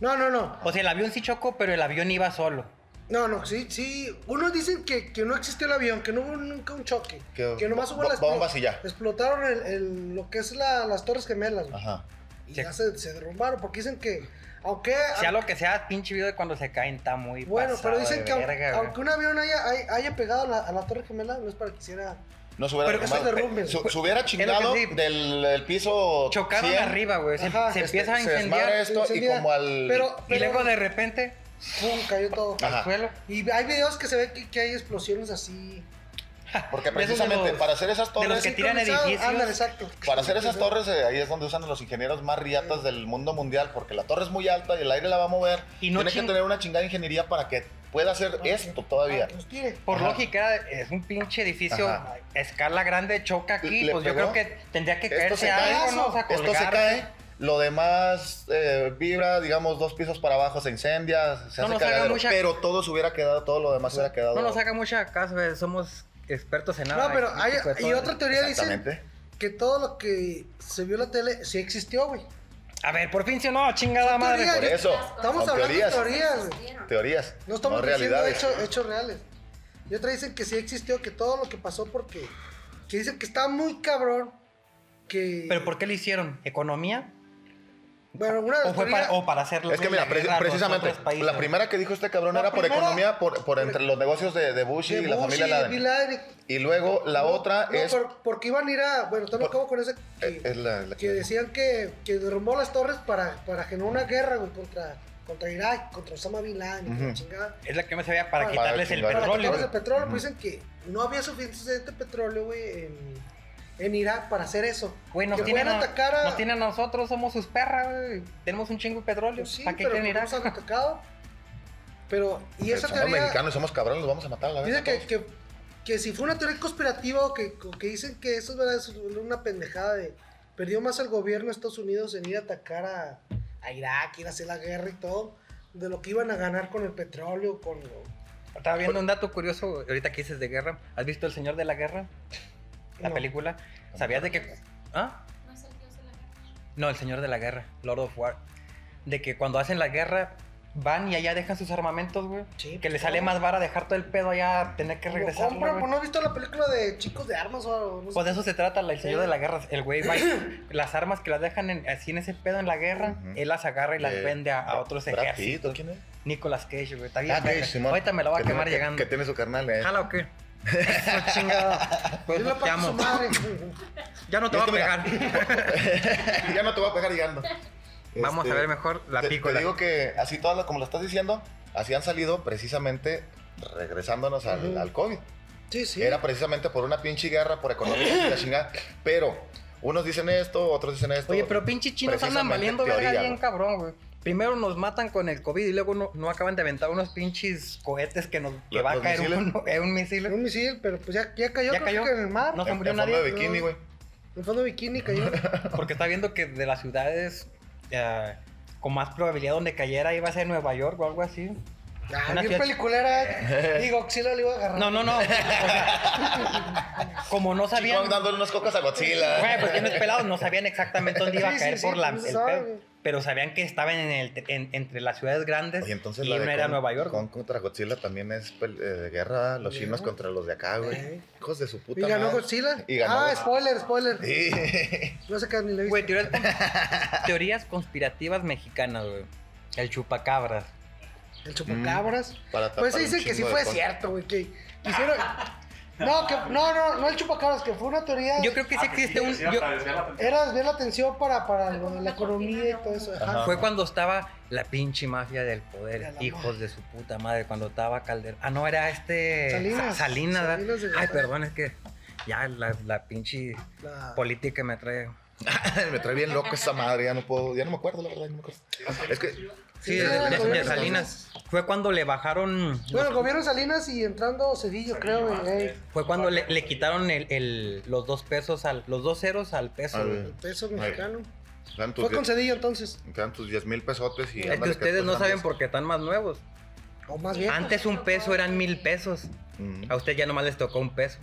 B: No, no, no.
A: O sea, el avión sí chocó, pero el avión iba solo.
B: No, no, sí, sí. Unos dicen que, que no existió el avión, que no hubo nunca un choque.
C: Que
B: Que, nomás hubo
C: bo-
B: las
C: bombas y ya.
B: Explotaron el, el- lo que es la- las Torres Gemelas. güey,
C: ajá.
B: Y
A: Sí.
B: ya se, se derrumbaron, porque dicen que. Aunque.
A: Sea lo que sea, pinche video de cuando se caen está muy
B: bueno,
A: pasado
B: pero dicen
A: de
B: que aun-
A: verga, güey.
B: aunque un avión haya, hay- haya pegado a la, a la Torre Gemela, no es para que hiciera.
C: No se hubiera
B: Pero que se
C: derrumbado.
B: derrumbe.
C: Se- se hubiera chingado
A: sí.
C: del el piso.
A: Chocaron
C: 100,
A: arriba, güey. Se,
B: Ajá,
A: se
B: este,
A: empieza a
C: se desmadra
A: incendiar.
C: esto y
B: incendiar.
C: como al.
B: Pero,
A: Y
B: pero-
A: luego de repente,
B: ¡Pum! Cayó todo.
C: Ajá.
A: al suelo.
B: Y hay videos que se ve que, que hay explosiones así.
C: Porque
A: de esos de
C: precisamente
A: los-
C: para hacer esas
A: de los
C: torres.
A: que tiran
B: Sincronizadas,
A: edificios.
B: ándale, exacto.
C: Para hacer esas torres, eh, ahí es donde usan los ingenieros más riatas del mundo mundial, porque la torre es muy alta y el aire la va a mover.
A: Y no
C: Tiene que
A: ching-
C: tener una chingada ingeniería para que pueda hacer esto todavía.
B: Ah, que los tire.
A: Por
C: Ajá.
A: lógica, es un pinche edificio
C: Ajá.
A: a escala grande, choca aquí.
C: Le
A: pues yo
C: pegó.
A: creo que tendría que
C: Esto se
A: caerse
C: cae,
A: algo, ¿no? O sea,
C: esto se
A: colgarse.
C: cae, lo demás eh, vibra, digamos, dos pisos para abajo se incendia, se
A: No
C: hace
A: nos haga
C: cagadero,
A: mucha-
C: pero todo se hubiera quedado, todo lo demás se hubiera quedado.
A: No nos haga mucha caso, güey, somos expertos en nada.
B: No, pero
A: en este tipo
B: hay,
A: de
B: y
A: todo.
B: otra teoría dice
C: Exactamente.
B: que todo lo que se vio en la tele sí existió, güey.
A: A ver, por fin sí o no, chingada madre.
B: teoría,
C: Por
B: yo-
C: eso,
B: Estamos
C: son
B: hablando de
C: teorías,
B: teorías, güey.
C: teorías,
B: No estamos diciendo
C: realidades.
B: hechos, hechos reales. Y otra dicen que sí existió, que todo lo que pasó porque... Que dicen que está muy cabrón, que...
A: ¿Pero por qué lo hicieron? ¿Economía?
B: Bueno, una de
A: ¿O,
B: las
A: fue
B: teorías-
A: para, o para hacerlo?
C: Es que mira, pre- precisamente, la primera que dijo este cabrón
B: La
C: era por
B: primera-
C: economía, por, por entre los negocios de, de Bush y
B: de
C: la
B: Bush
C: familia
B: y
C: Laden.
B: Bin Laden.
C: Y luego la
B: No,
C: otra
B: no,
C: es, eh,
B: por- porque iban a ir a... Bueno, también acabo con ese... Que,
C: es la, la
B: que
C: que-
B: decían que, que derrumbó las torres para, para generar una guerra, güey, contra... contra Irak, contra Osama Bin Laden, y que la
E: Ujú.
B: chingada.
A: Es la que me sabía para
B: Para
A: quitarles el
E: chingar el
B: Para
A: petróleo.
B: quitarles el petróleo,
E: Ujú.
B: pues dicen que no había suficiente petróleo, güey, en, en Irak para hacer eso.
A: Güey, nos
B: que
A: tienen,
B: pueden
A: a,
B: atacar a-
A: nos tienen a nosotros, somos sus perras, güey. Tenemos un chingo de petróleo.
B: Pues sí,
A: ¿Para qué
B: pero
A: quieren
B: no
A: Irak?
B: nos han atacado. Pero, y esa
C: Somos
B: teoría...
C: mexicanos, somos cabrones, los vamos a matar a la vez.
B: Dice que, que, que si fue una teoría conspirativa o que, o que dicen que eso es verdad, es una pendejada de... Perdió más el gobierno de Estados Unidos en ir a atacar a, a Irak, ir a hacer la guerra y todo, de lo que iban a ganar con el petróleo, con... lo-
A: Estaba viendo un dato curioso, güey, ahorita que dices de guerra. ¿Has visto El Señor de la Guerra? La
B: No.
A: película. ¿Sabías de que... ¿Ah?
J: No es el dios de la guerra.
A: No, El Señor de la Guerra, Lord of War. De que cuando hacen la guerra, van y allá dejan sus armamentos, güey.
B: Sí,
A: Que le
B: pues,
A: sale
B: ¿cómo?
A: más vara dejar todo el pedo allá, tener que
B: lo
A: regresar.
B: compran, pues no has visto la película de chicos de armas o algo, no sé.
A: Pues de eso se trata, la- el señor de la guerra. El güey va y las armas que las dejan en- así en ese pedo en la guerra,
E: Ujú.
A: él las agarra y las
C: Eh,
A: vende a, a otros
C: Brad Pitt,
A: ejércitos.
C: ¿quién es?
A: Nicolas Cage, güey. Está bien.
E: Ah, Cage,
A: verga.
E: Simón.
A: Ahorita me la va a
E: Que tiene-
A: quemar
E: que-
A: llegando.
E: Que tiene su carnal, eh.
A: ¿Jala o qué? Eso, chingada. Pues
B: Dile
A: no
B: a
A: te
B: parte su
A: amo.
B: madre.
A: Ya no te
E: Es
A: va a
E: que mira, este,
A: pegar.
E: ya no te voy a pegar llegando.
A: Vamos a
E: Este,
A: ver mejor la
E: te,
A: pícola.
E: te digo que así todas las- como lo estás diciendo, así han salido precisamente regresándonos al,
B: Ujú.
E: al COVID.
B: Sí, sí.
E: Era precisamente por una pinche guerra, por economía y la chingada. Pero unos dicen esto, otros dicen esto.
A: Oye, pero pinche chinos andan
E: Precisamente
A: valiendo verga
E: teoría,
A: bien
E: güey.
A: cabrón, güey. Primero nos matan con el COVID y luego no, no acaban de aventar unos pinches cohetes que nos que
E: Los-
A: va a
E: los
A: caer
E: misiles.
A: un, eh, un misil.
B: Era un misil, pero pues ya, ya cayó,
A: Ya cayó.
B: creo que en el mar.
A: No se
E: en,
A: murió
E: Em, en fondo de
A: nadie.
E: bikini, güey.
B: En el fondo bikini cayó.
A: Porque está viendo que de las ciudades eh, con más probabilidad donde cayera iba a ser Nueva York o algo así.
B: Ah,
A: Una
B: bien
A: fiat-
B: peliculera. Digo, Xila le iba a agarrar.
A: No, no, no. o sea, como no sabían.
E: Chingón dándole unas cocas a Godzilla.
A: Güey, pues tienes pelados, no sabían exactamente dónde iba a
B: Sí,
A: caer
B: sí,
A: por
B: sí,
A: la,
B: no
E: pues
A: el
B: se sabe,
A: pedo,
B: güey.
A: Pero sabían que estaban en el, en- entre las ciudades grandes
E: Oye, entonces
A: pues, y
E: la de
A: una era
E: Kong-
A: Nueva York.
E: Kong contra Godzilla también es pel- eh, de guerra, los chinos
B: Guerra.
E: contra los de acá, güey.
B: Eh.
E: Hijos de su
B: Y
E: puta
B: ganó
E: madre.
B: Godzilla.
E: Y ganó
B: ah,
E: Godzilla.
B: spoiler, spoiler.
E: Sí.
B: No sé qué ni le he
A: Güey,
B: visto.
A: teorías, teorías conspirativas mexicanas, güey. El chupacabras.
B: El chupacabras.
E: Mm. Para tapar
B: Pues se
E: un
B: dicen que
E: chingo
B: sí
E: de
B: fue
E: cosas.
B: cierto, güey. Que hicieron. No, que, no, no, no el chupacabras, que fue una teoría.
A: Yo creo Ah, que
B: Ah,
A: sí existe un. yo-
E: Ah.
B: Era desviar la atención para, para
J: Fue
B: lo
J: como
B: de la
J: una
B: economía y
J: cortina de
B: todo eso.
J: humo.
B: Ajá.
A: Fue cuando estaba la pinche mafia del
B: De
A: poder,
B: la
A: hijos de su puta madre, cuando estaba Calderón. Ah, no, era este.
B: Salinas.
A: Sa- Salinas, ¿verdad?
B: Salinas de
A: Ay,
B: Gortari.
A: perdón, es que ya la, la pinche
B: La-
A: política me trae.
E: me trae bien loco esa madre, ya no puedo, ya no me acuerdo, la verdad, no me acuerdo. Es que
A: Sí,
B: Sí,
A: de,
B: era el
A: de-
B: gobierno
A: de Salinas. Fue cuando le bajaron.
B: Bueno, el gobierno Salinas y entrando Cedillo, creo, güey. ey.
A: Fue cuando le, le quitaron el, el- los dos pesos al, los dos ceros al peso.
E: Al-
A: güey.
B: El peso mexicano.
C: Sean tus
B: Fue con
C: diez-
B: Cedillo entonces.
C: sean tus 10 mil pesotes y.
A: Es que
C: ándale,
A: ustedes
C: tú
A: no
C: estás
A: saben
C: bien.
A: por qué están más nuevos.
B: O más bien.
A: Antes un peso eran mil pesos.
E: Mm.
A: A usted ya nomás les tocó un peso.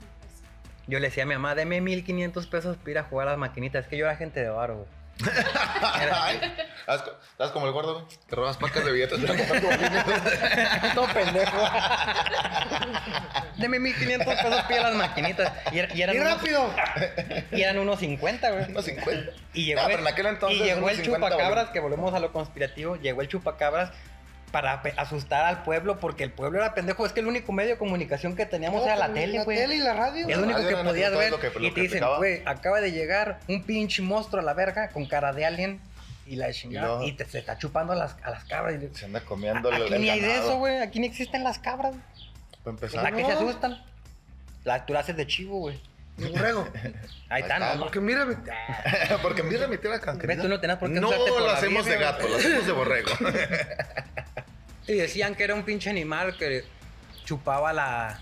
A: Yo le decía a mi mamá, deme 1500 pesos para ir a jugar a las maquinitas. Es que yo era gente de barro, güey.
E: Haz co- haz como el gordo, güey.
C: Te robas pacas de billetes. pero compras tu-
A: Todo pendejo. Deme 1500 pesos para ir a las maquinitas. Y, era- y eran,
B: ¡Y
A: unos-
B: rápido!
A: y eran unos 50, güey.
E: Unos 50.
A: Y llegó,
E: Ah,
A: el-
E: pero en aquel entonces
A: y llegó
E: unos
A: el
E: 50
A: chupacabras,
E: bolivianos.
A: que volvemos a lo conspirativo, llegó el chupacabras para pe- asustar al pueblo porque el pueblo era pendejo. Es que el único medio de comunicación que teníamos era la tele, güey.
B: La tele y la radio.
A: Es lo
E: la
A: único
E: radio
A: que
E: era lo que
A: podías
E: todo
A: ver.
E: lo que- lo
A: y te
E: que
A: dicen,
E: picaba.
A: güey, acaba de llegar un pinche monstruo a la verga con cara de alien y la chingada. Y,
E: luego-
A: te, se está chupando a las, a las cabras. Y le-
E: Se anda comiendo el,
A: aquí
E: el
A: ni hay de
E: ganado.
A: eso, güey. Aquí ni existen las cabras.
E: Para
A: Las
E: empezar.
A: que se
B: no.
A: asustan. Las tú las haces de chivo, güey.
B: El borrego.
A: Ahí están.
E: está,
A: ¿no?
B: Porque mira, mi-
C: Porque mira, mi tierra cangrina.
A: Ve, tú no tenías por qué
C: No
A: usarte por
C: lo
A: la
C: hacemos de
A: Biblia,
C: gato, lo hacemos de borrego.
A: Y decían que era un pinche animal que chupaba la,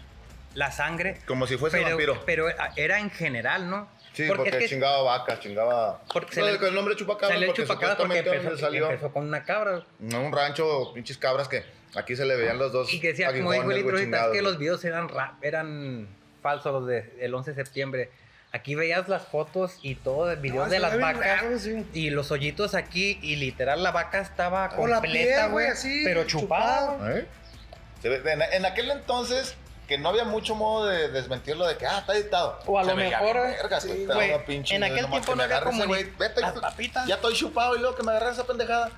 A: la sangre.
C: Como si fuese
A: pero,
C: Pues vampiro.
A: Pero era en general, ¿no?
E: Sí,
A: Porque
E: porque,
A: es que
E: chingaba vacas, chingaba.
A: Porque se
C: No,
A: le-
C: con el nombre chupacabra.
A: salió el
C: porque
A: chupacabra porque
C: supuestamente
A: empezó,
C: le salió
A: empezó con una cabra.
E: No, un rancho, pinches cabras que aquí se le veían los dos.
A: Y que decía, como dijo el
E: aguijones,
A: intro
E: güey,
A: ahorita, es
E: chingados,
A: que los
E: güey.
A: videos eran, ra- eran falsos los de- del 11 de septiembre. Aquí veías las fotos y todo, el video
B: No,
A: de
B: Ah, se
A: las
B: ve bien
A: vacas.
B: raro, sí.
A: Y los hoyitos aquí, y literal la vaca estaba
B: O la
A: completa,
B: piel,
A: güey.
B: güey, así,
A: Pero chupada.
B: chupada.
A: güey.
E: ¿Eh? Se ve- en, en aquel entonces, que no había mucho modo de desmentirlo de que, ah, está editado.
A: O a lo
E: veía
A: mejor,
E: bien vergas,
A: sí,
E: güey, estaba
A: güey,
E: una pinche-
A: en aquel
E: nomás
A: tiempo
E: que
A: no
E: me
A: había
E: agarre ese
A: como
E: güey,
A: ni- "Ah,
E: vete,
A: las papitas.
E: Ya estoy chupado y luego que me agarran esa pendejada.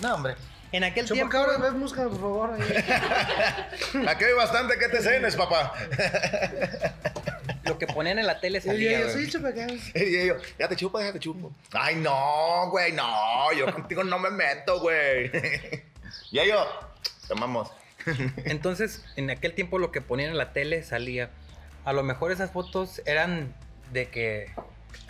E: No, hombre.
A: En aquel tiempo.
B: Chupacabras, ves música, por favor. ahí.
C: Aquí hay bastante que te cenes, papá.
A: lo que ponían en la tele
B: Y yo,
A: salía,
B: yo,
A: güey.
B: sí, chupacabras.
C: Y yo, ya te chupo, ya te chupo. Ay, no, güey, no. Yo contigo no me meto, güey. Ya yo, tomamos.
A: Entonces, en aquel tiempo lo que ponían en la tele salía. A lo mejor esas fotos eran de que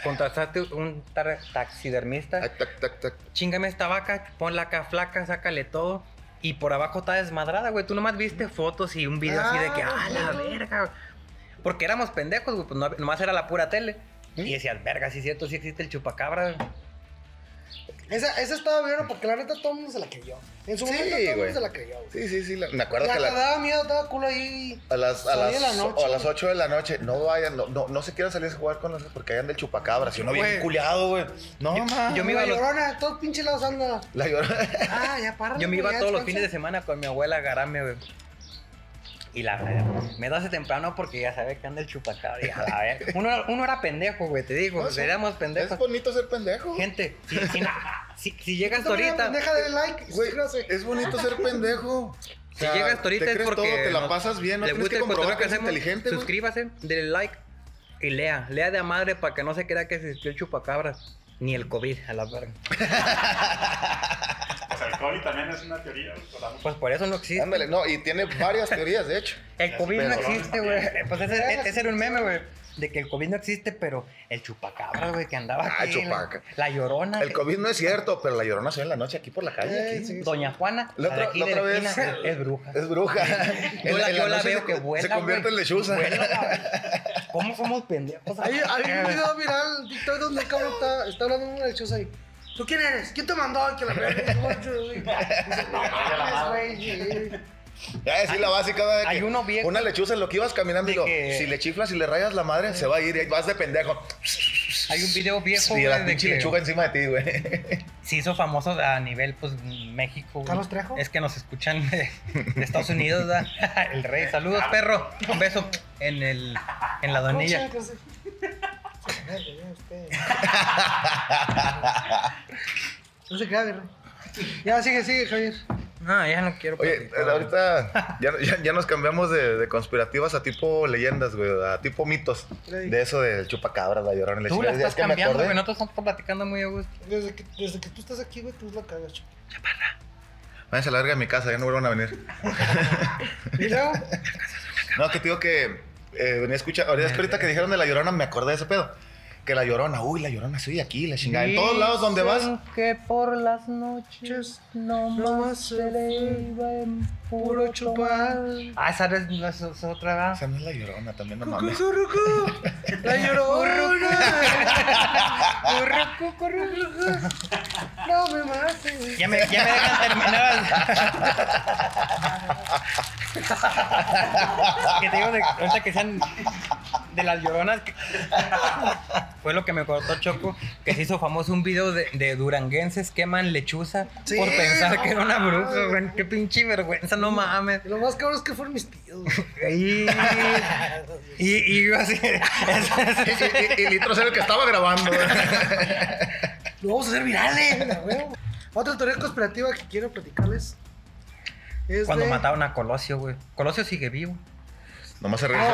A: contrataste un tar- taxidermista.
C: Tac, tac, tac, tac.
A: Chingame esta vaca, ponla acá flaca, sácale todo. Y por abajo está desmadrada, güey. Tú nomás viste fotos y un video así de que,
B: Ah,
A: ¡ah, la
B: claro.
A: verga! güey". Porque éramos pendejos, güey. Pues no- nomás era la pura tele. Y decías, verga, sí es cierto, sí existe el chupacabra. güey".
B: Esa, esa estaba bien porque la neta todo el mundo se la creyó. En su
C: Sí,
B: momento todo el mundo
C: güey.
B: se la creyó. güey.
C: Sí, sí, sí. la- me acuerdo
B: Ya
C: que
B: te
C: la,
B: daba miedo, te daba culo ahí.
C: A las, a,
B: Son
C: las,
B: de la noche.
C: o a las 8 de la noche, no vayan, no, no, no se quieran salir a jugar con los porque hayan del chupacabra. Si uno viene
A: Güey.
C: culiado, güey. No, ma.
A: Yo me iba a
B: la
A: los-
B: llorona, todos pinches lados anda.
C: La llorona.
B: Ah, ya para.
A: Yo me iba todos los fines de semana con mi abuela a Garame, güey. Y la me das de temprano porque ya sabe que anda el chupacabra. Y a la verga. Uno, uno era pendejo, güey, te digo.
C: No, sí.
A: éramos
C: Es
A: pendejos.
C: bonito ser pendejo.
A: Gente, si, si na- si- si llegas
B: ahorita.
A: ahorita.
B: Deja de like.
C: Güey,
B: suscríbase.
C: es bonito ser pendejo. O
A: Si llegas ahorita
C: te
A: es
C: crees
A: porque.
C: todo, te la
A: nos-
C: pasas bien, no
A: le
C: tienes
A: gusta
C: que
A: el contenido
C: comprobar que eres
A: hacemos,
C: inteligente, güey.
A: Suscríbase, dele like y lea. Lea de a madre para que no se crea que existió el chupacabras. Ni el COVID, a la verga.
G: O sea, el COVID también es una teoría. güey, o sea,
A: Pues por eso no existe.
C: Ándale, no, y tiene varias teorías, de hecho.
A: El COVID
C: Pero-
A: no existe, güey. Eh, Pues ese,
B: Pero-
A: ese era un meme, güey. De que el COVID no existe, pero el chupacabra, güey, que andaba
C: Ah,
A: aquí.
C: chupaca.
A: La, la llorona.
C: El COVID no es cierto, pero la llorona se ve en la noche aquí por la calle.
B: Ey,
C: aquí.
B: sí, sí.
A: Doña Juana.
C: La
A: La, de
C: otra,
A: aquí
C: la
A: de
C: otra
A: la
C: vez.
A: esquina, es bruja.
C: Es bruja.
A: Yo la,
C: En
A: yo la
C: noche
A: veo
C: se-
A: que vuela,
C: Se convierte
A: güey.
C: en lechuza.
A: Vuela, güey. ¿Cómo somos pendejos?
B: Hay, hay un video viral en TikTok donde un cabrón está, está hablando de una lechosa ahí. ¿Tú quién eres? ¿Quién te mandó? Y Que la verga, no, yo- y- y dice, "No mames, güey".
C: Ya decir la básica, ¿verdad?
A: hay
C: Que
A: uno viejo-
C: Una lechuza en lo que ibas caminando y
A: De
C: lo,
A: que-
C: si le chiflas y le rayas la madre, se va a ir y vas de pendejo.
A: Hay un video viejo,
C: Y
A: güey,
C: la
A: de
C: pinche
A: que
C: lechuga encima de ti, güey.
A: se hizo famoso a nivel, pues, México. güey.
B: ¿Carlos Trejo?
A: Es que nos escuchan de, de Estados Unidos, ¿verdad? El rey. Saludos,
C: Ah.
A: perro. Un beso en, el, en la donilla.
B: ¿Cómo se llama? Verga, ya, usted. No se crea, güey. Ya, sigue, sigue, Javier.
A: No, ya no quiero.
C: Oye,
A: platicar, güey.
C: ahorita ya, ya- ya nos cambiamos de, de conspirativas a tipo leyendas, güey, a tipo mitos.
B: Ey.
C: De eso del chupacabras, la llorona, la
A: Tú
C: lechuza.
A: la
C: Es
A: estás
C: que me
A: cambiando,
C: acordé.
A: güey. Nosotros estamos platicando muy a gusto.
B: Desde que, desde que tú estás aquí, güey, tú la cagas. chico.
C: Váyanse a la verga de mi casa, ya no vuelvan a venir.
B: Y luego,
C: No, que te digo que eh, venía a escuchar. Ahorita, es que ahorita que dijeron de la llorona, me acordé de ese pedo. Que la llorona, uy, la llorona, soy aquí, la chingada. En todos lados donde vas,
A: Dicen Que por las noches
B: Chus,
A: no
B: no
A: más
B: más
A: se
B: se
A: le iba en puro chupar. Ah, esa no es, no es- es otra,
C: O
A: ¿verdad?
C: sea, no es la llorona, también no
B: Cucu,
C: mames.
B: currucu, la llorona. Currucu, currucu, no me mates.
A: Ya me, ya me dejan terminar. que te digo, de, ahorita que sean de las lloronas. que- fue lo que me contó Choco, que se hizo famoso un video de, de duranguenses queman lechuza
B: Sí,
A: por pensar
B: no
A: que era una bruja,
B: mames.
A: güey. Qué pinche vergüenza, no mames.
B: Y Lo más cabrón es que fueron mis tíos. güey.
A: Y, y, y yo así.
C: Y, y- y Litros era el que estaba grabando. güey.
B: Lo vamos a hacer virales. a huevo. Otra teoría conspirativa que quiero platicarles es
A: Cuando
B: de-
A: mataron a Colosio, güey. Colosio sigue vivo.
C: Nomás se regresó.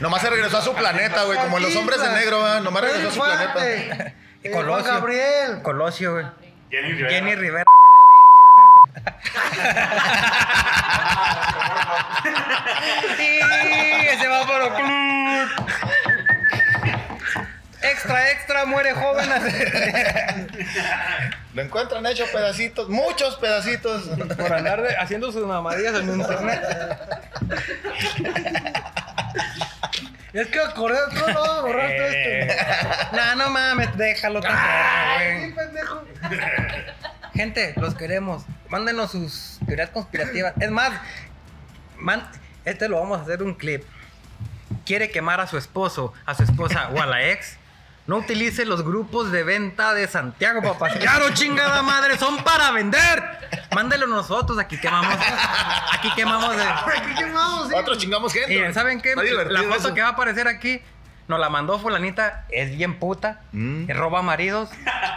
C: Nomás se regresó a su planeta, güey. Como los hombres de negro, ¿verdad? Nomás
B: Pedro
C: regresó a su
B: Infante,
C: planeta.
A: Y
B: eh, Juan
A: Colosio.
B: Gabriel.
A: Colosio, güey.
G: Jenny Rivera.
A: Jenny Rivera. sí, ese va por club. Extra, extra, muere joven.
C: Lo encuentran hecho pedacitos, muchos pedacitos.
A: por andar de- haciendo sus mamadillas en internet.
B: Es que acordé, no, no, vamos a borrar todo
A: Eh,
B: esto.
A: no, no mames, déjalo. tanteo, güey.
B: Ay, sí, pendejo.
A: Gente, los queremos. Mándenos sus teorías conspirativas. Es más, man- este lo vamos a hacer un clip. Quiere quemar a su esposo, a su esposa o a la ex. No utilice los grupos de venta de Santiago, papás. Claro, chingada madre, son para vender. Mándelo nosotros, aquí quemamos. Aquí quemamos. de-
B: Ay, ¿Qué quemamos? sí?
C: Otros chingamos gente.
A: Miren, ¿saben qué?
C: Está divertido
A: La foto
C: eso.
A: que va a aparecer aquí nos la mandó fulanita, es bien puta,
C: Mm.
A: roba maridos,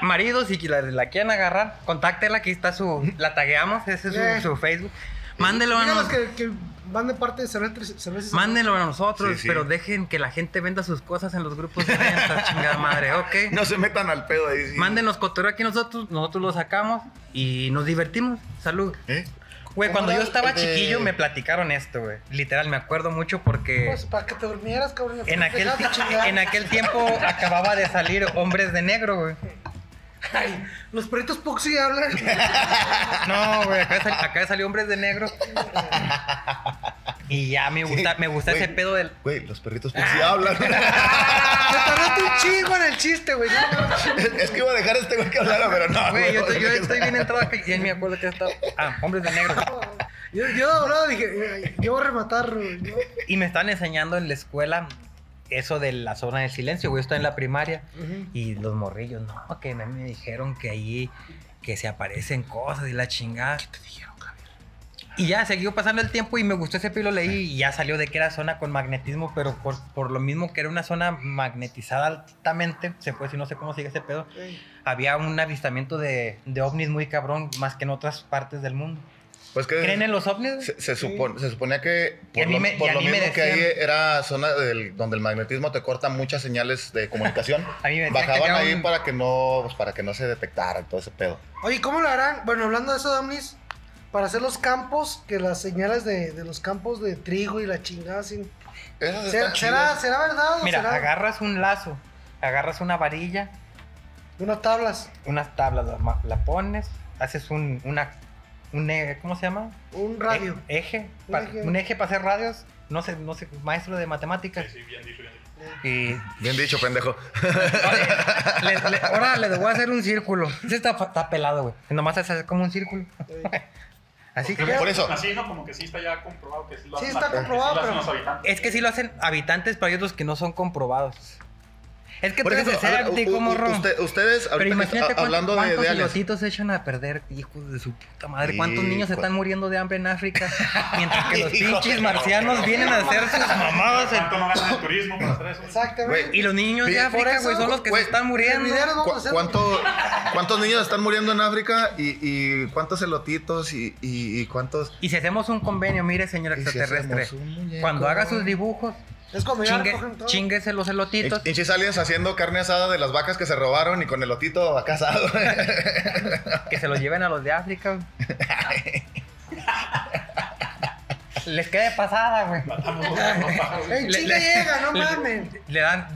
A: maridos y que la, la quieren agarrar, contáctela, aquí está su, la tagueamos, ese es su,
B: Eh.
A: su Facebook. Mándelo a
B: Díganos
A: nosotros.
B: que, que van de parte de cerveza, cerveza y
A: Mándenlo a nosotros,
C: Sí, sí.
A: pero dejen que la gente venda sus cosas en los grupos de venta, chingada madre, ¿ok?
C: No se metan al pedo ahí. sí.
A: Mándenos cotorreo aquí nosotros, nosotros lo sacamos y nos divertimos. Salud.
C: ¿Eh?
A: Güey,
E: ¿Cómo
A: cuando yo
E: era
A: estaba
E: el de-
A: chiquillo me platicaron esto, güey. Literal, me acuerdo mucho
B: cerveza.
A: porque
B: Pues, para que te durmieras, cabrón.
A: en aquel,
B: Déjate chingar.
A: en aquel tiempo acababa de salir Hombres de Negro, güey.
B: Ay, los perritos Puxi hablan.
A: No, güey, acá, sal- acá salió Hombres de Negro. Y ya me gusta, me gusta
C: güey.
A: ese pedo del...
C: Güey, los perritos pues sí hablan.
B: Me tardaste un chingo en el chiste, güey.
C: es que iba a dejar a este güey que hablara, pero no.
A: Güey, yo, estoy- yo
C: güey.
A: estoy bien entrado acá y me acuerdo que estaba... Ah, Hombres de Negro.
B: Yo, yo bro, dije, ay, yo voy a rematar, güey. ¿no?
A: Y me estaban enseñando en la escuela eso de la zona del silencio, güey. Yo estaba en la primaria y los morrillos, no, que me, me dijeron que ahí que se aparecen cosas y la chingada. ¿Qué te dijeron, Javier? Y ya siguió pasando el tiempo y me gustó ese pilo, leí y ya salió de que era zona con magnetismo, pero por, por lo mismo que era una zona magnetizada altamente, se puede decir, no sé cómo sigue ese pedo,
B: Ey,
A: había un avistamiento de, de ovnis muy cabrón, más que en otras partes del mundo.
C: Pues que
A: ¿Creen en los ovnis?
C: se, se supone, se suponía que
A: Y a
C: por
A: mí
C: lo,
A: me- y
C: por
A: a
C: lo
A: mí me
C: mismo que ahí
A: decían-
C: era zona del- donde el magnetismo te corta muchas señales de comunicación.
A: A mí me decían que
C: Bajaban
A: había
C: ahí
A: un-
C: para que no pues, para que no se detectara y todo ese pedo.
B: Oye, ¿cómo lo harán? Bueno, hablando de eso, Domnis, para hacer los campos, que las señales de, de los campos de trigo y la chingada, sin...
C: Esas
B: ¿Será,
C: están
B: será,
C: chidas.
B: será verdad o
A: Mira,
B: será
A: agarras un lazo, agarras una varilla,
B: unas tablas?
A: unas tablas, la, ma- la pones, haces un, una, un, e- ¿cómo se llama?
B: Un radio.
A: E- eje,
B: Un
A: pa-
B: eje.
A: un eje para hacer radios, no sé, no sé, maestro de matemáticas.
G: Sí, bien dicho, bien dicho.
A: Y
C: Bien dicho, pendejo.
A: le- le- ahora le voy a hacer un círculo. Este está, está pelado, güey. Nomás es hacer como un círculo.
B: Ey.
A: Así
B: Porque
A: que
C: Por eso.
G: Así, ¿no? Como que sí está ya comprobado que sí lo
B: Sí,
G: hacen
B: está
G: la- que
B: comprobado,
G: sí lo hacen
B: pero-
G: los habitantes.
A: es que sí lo hacen habitantes, pero hay otros que no son comprobados. Es que
C: Por
A: tú eres
C: ejemplo, a ver,
A: escéptico,
C: u- u-
A: morro.
C: usted- ustedes
A: Pero
C: ahorita que
A: imagínate
C: está-
A: cuánto-
C: hablando de,
A: cuántos
C: de aliens.
A: idiotitos se echan a perder, hijos de su puta madre.
C: Sí,
A: ¿Cuántos niños se
C: cua-
A: están muriendo de hambre en África? Mientras que los
C: Hijo de
A: pinches
C: la-
A: marcianos vienen a hacer sus mamadas. en-
G: ¿Cuánto no ganan el turismo para hacer eso?
B: Exactamente.
A: Y los niños de
C: Sí, por
A: África,
B: eso,
A: güey, son los que
C: güey,
A: se están muriendo.
B: Video nos
C: ¿Cu-
B: vamos a hacer-
C: cuánto- ¿Cuántos niños están muriendo en África? ¿Y, y cuántos elotitos? ¿Y, y- y cuántos?
A: Y si hacemos un convenio, mire, señor
C: Y si
A: extraterrestre,
C: hacemos un muñeco,
A: cuando haga sus
C: güey.
A: dibujos,
B: Es como ya
A: chingue,
B: recogen todo.
A: chinguese los elotitos.
C: Hinchis aliens haciendo carne asada de las vacas que se robaron y con elotito acá asado.
A: Que se los lleven a los de África. güey. Les quede pasada, güey.
G: Matamos dos pájaros.
B: En
A: Le-
B: chinga
A: le-
B: llega, no
A: le-
B: mames.
A: Le dan.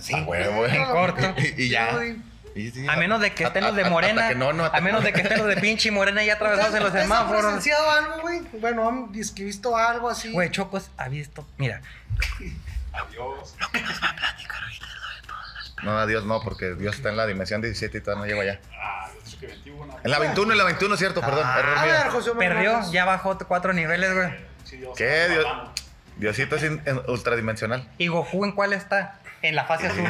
C: Sí, huevo, güey.
A: En corto.
C: Y, y ya.
B: Uy.
C: Y- y-
A: A menos de que estén los de
C: a- a-
A: Morena.
C: hasta que no, no, hasta
A: a menos
C: que
A: de que estén los de pinche Morena ya atravesados en los
B: ¿Ustedes han
A: semáforos.
B: presenciado algo, güey? Bueno, han disque visto algo así.
A: Güey, Chocos ha visto. Mira,
G: Adiós.
C: No, adiós, no, porque Dios está en la dimensión 17 y todavía no llego allá.
G: Ah, yo creo que 21. ¿no?
C: En la 21, en la 21, cierto, perdón.
A: Ah.
C: error
B: a
C: mío.
B: ver, José Manuel
A: perdió,
B: Hernández.
A: ya bajó cuatro niveles, güey.
G: Sí, Dios,
C: ¿Qué,
G: nos
C: Dios?
G: matamos.
C: Diosito es in- en- ultradimensional.
A: ¿Y Goku en cuál está? En la fase azul.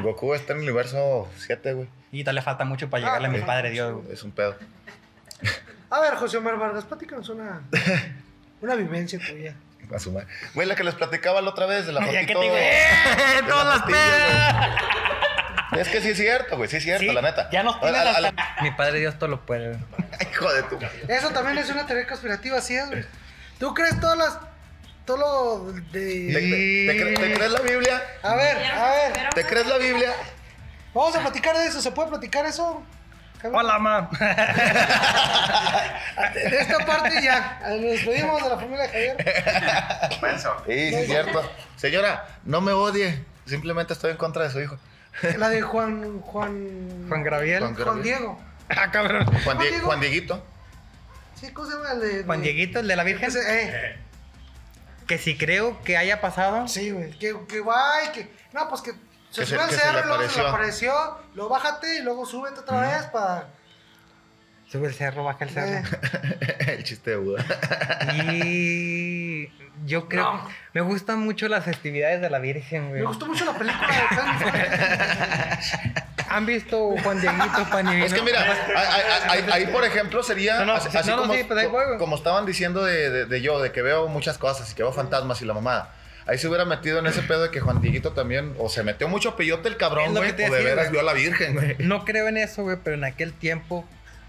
C: Goku está en el universo 7, güey.
A: Y tal le falta mucho para llegarle
B: Ah.
A: a mi padre Dios, güey.
C: Es un pedo.
B: A ver, José Omar Vargas, platícanos una, una vivencia tuya.
C: A su madre. Güey, la que les platicaba la otra vez de la
A: Ya
C: fotito.
A: que te digo, ¡eh!
C: de
A: ¡Todas
C: la
A: las
C: pastilla,
A: pedas!
C: Es que sí es cierto, güey. Sí es cierto,
A: Sí,
C: la neta.
A: Ya nos
C: A-
A: tiene
C: a- a-
A: las- Mi padre Dios todo lo puede. güey.
C: Hijo de tu.
B: Eso también es una teoría conspirativa, así es, güey. ¿Tú crees todas las. todo lo
C: ¿Te,
B: de.
C: te- te cre- te crees la Biblia?
B: A ver, a ver.
C: ¿Te crees la Biblia?
B: Vamos a platicar de eso, ¿se puede platicar eso? Javier? Ah,
A: Hola, mam.
B: De esta parte ya. eh, Nos despedimos de la familia de Javier.
G: Váyanse a dormir.
C: Sí, sí es cierto. Señora, no me odie. Simplemente estoy en contra de su hijo.
B: La de Juan. Juan.
A: Juan Graviel.
C: Juan-
B: Juan Diego.
A: Ah, cabrón.
C: Juan, Die-
B: Diego.
C: Juan Dieguito.
B: Sí, ¿cómo se llama? El de-
A: Juan
B: de-
A: Dieguito, el de la Virgen.
B: Ese, eh.
G: Eh,
A: Que si creo que haya pasado.
B: Sí, güey. Que, que va y que. No, pues que. Se
C: Que se-
B: sube al
C: que se
B: cerro
C: le
B: y luego se le
C: apareció.
B: apareció. Luego bájate y luego súbete otra vez para.
A: Sube el cerro, baja el cerro.
B: eh,
C: El chiste de Buda.
A: Y yo creo.
B: No.
A: Me gustan mucho las festividades de la Virgen, güey.
B: Me gustó mucho la película de Fast and Furious.
A: ¿Han visto Juan Dieguito Panivino?
C: Es que mira, ahí- ahí, ahí, ahí, por ejemplo sería
A: No, no,
C: así,
A: sí,
C: así
A: no, no,
C: como,
A: sí, pues ahí voy, güey.
C: como estaban diciendo de, de- de yo, de que veo muchas cosas y que veo fantasmas y la mamada. Ahí se hubiera metido en ese pedo de que Juan Dieguito también, o se metió mucho peyote el
A: Es
C: cabrón,
A: lo
C: güey, o
A: que
C: de
A: te decía,
C: veras
A: güey.
C: vio a la Virgen, güey.
A: No creo en eso, güey, pero en aquel tiempo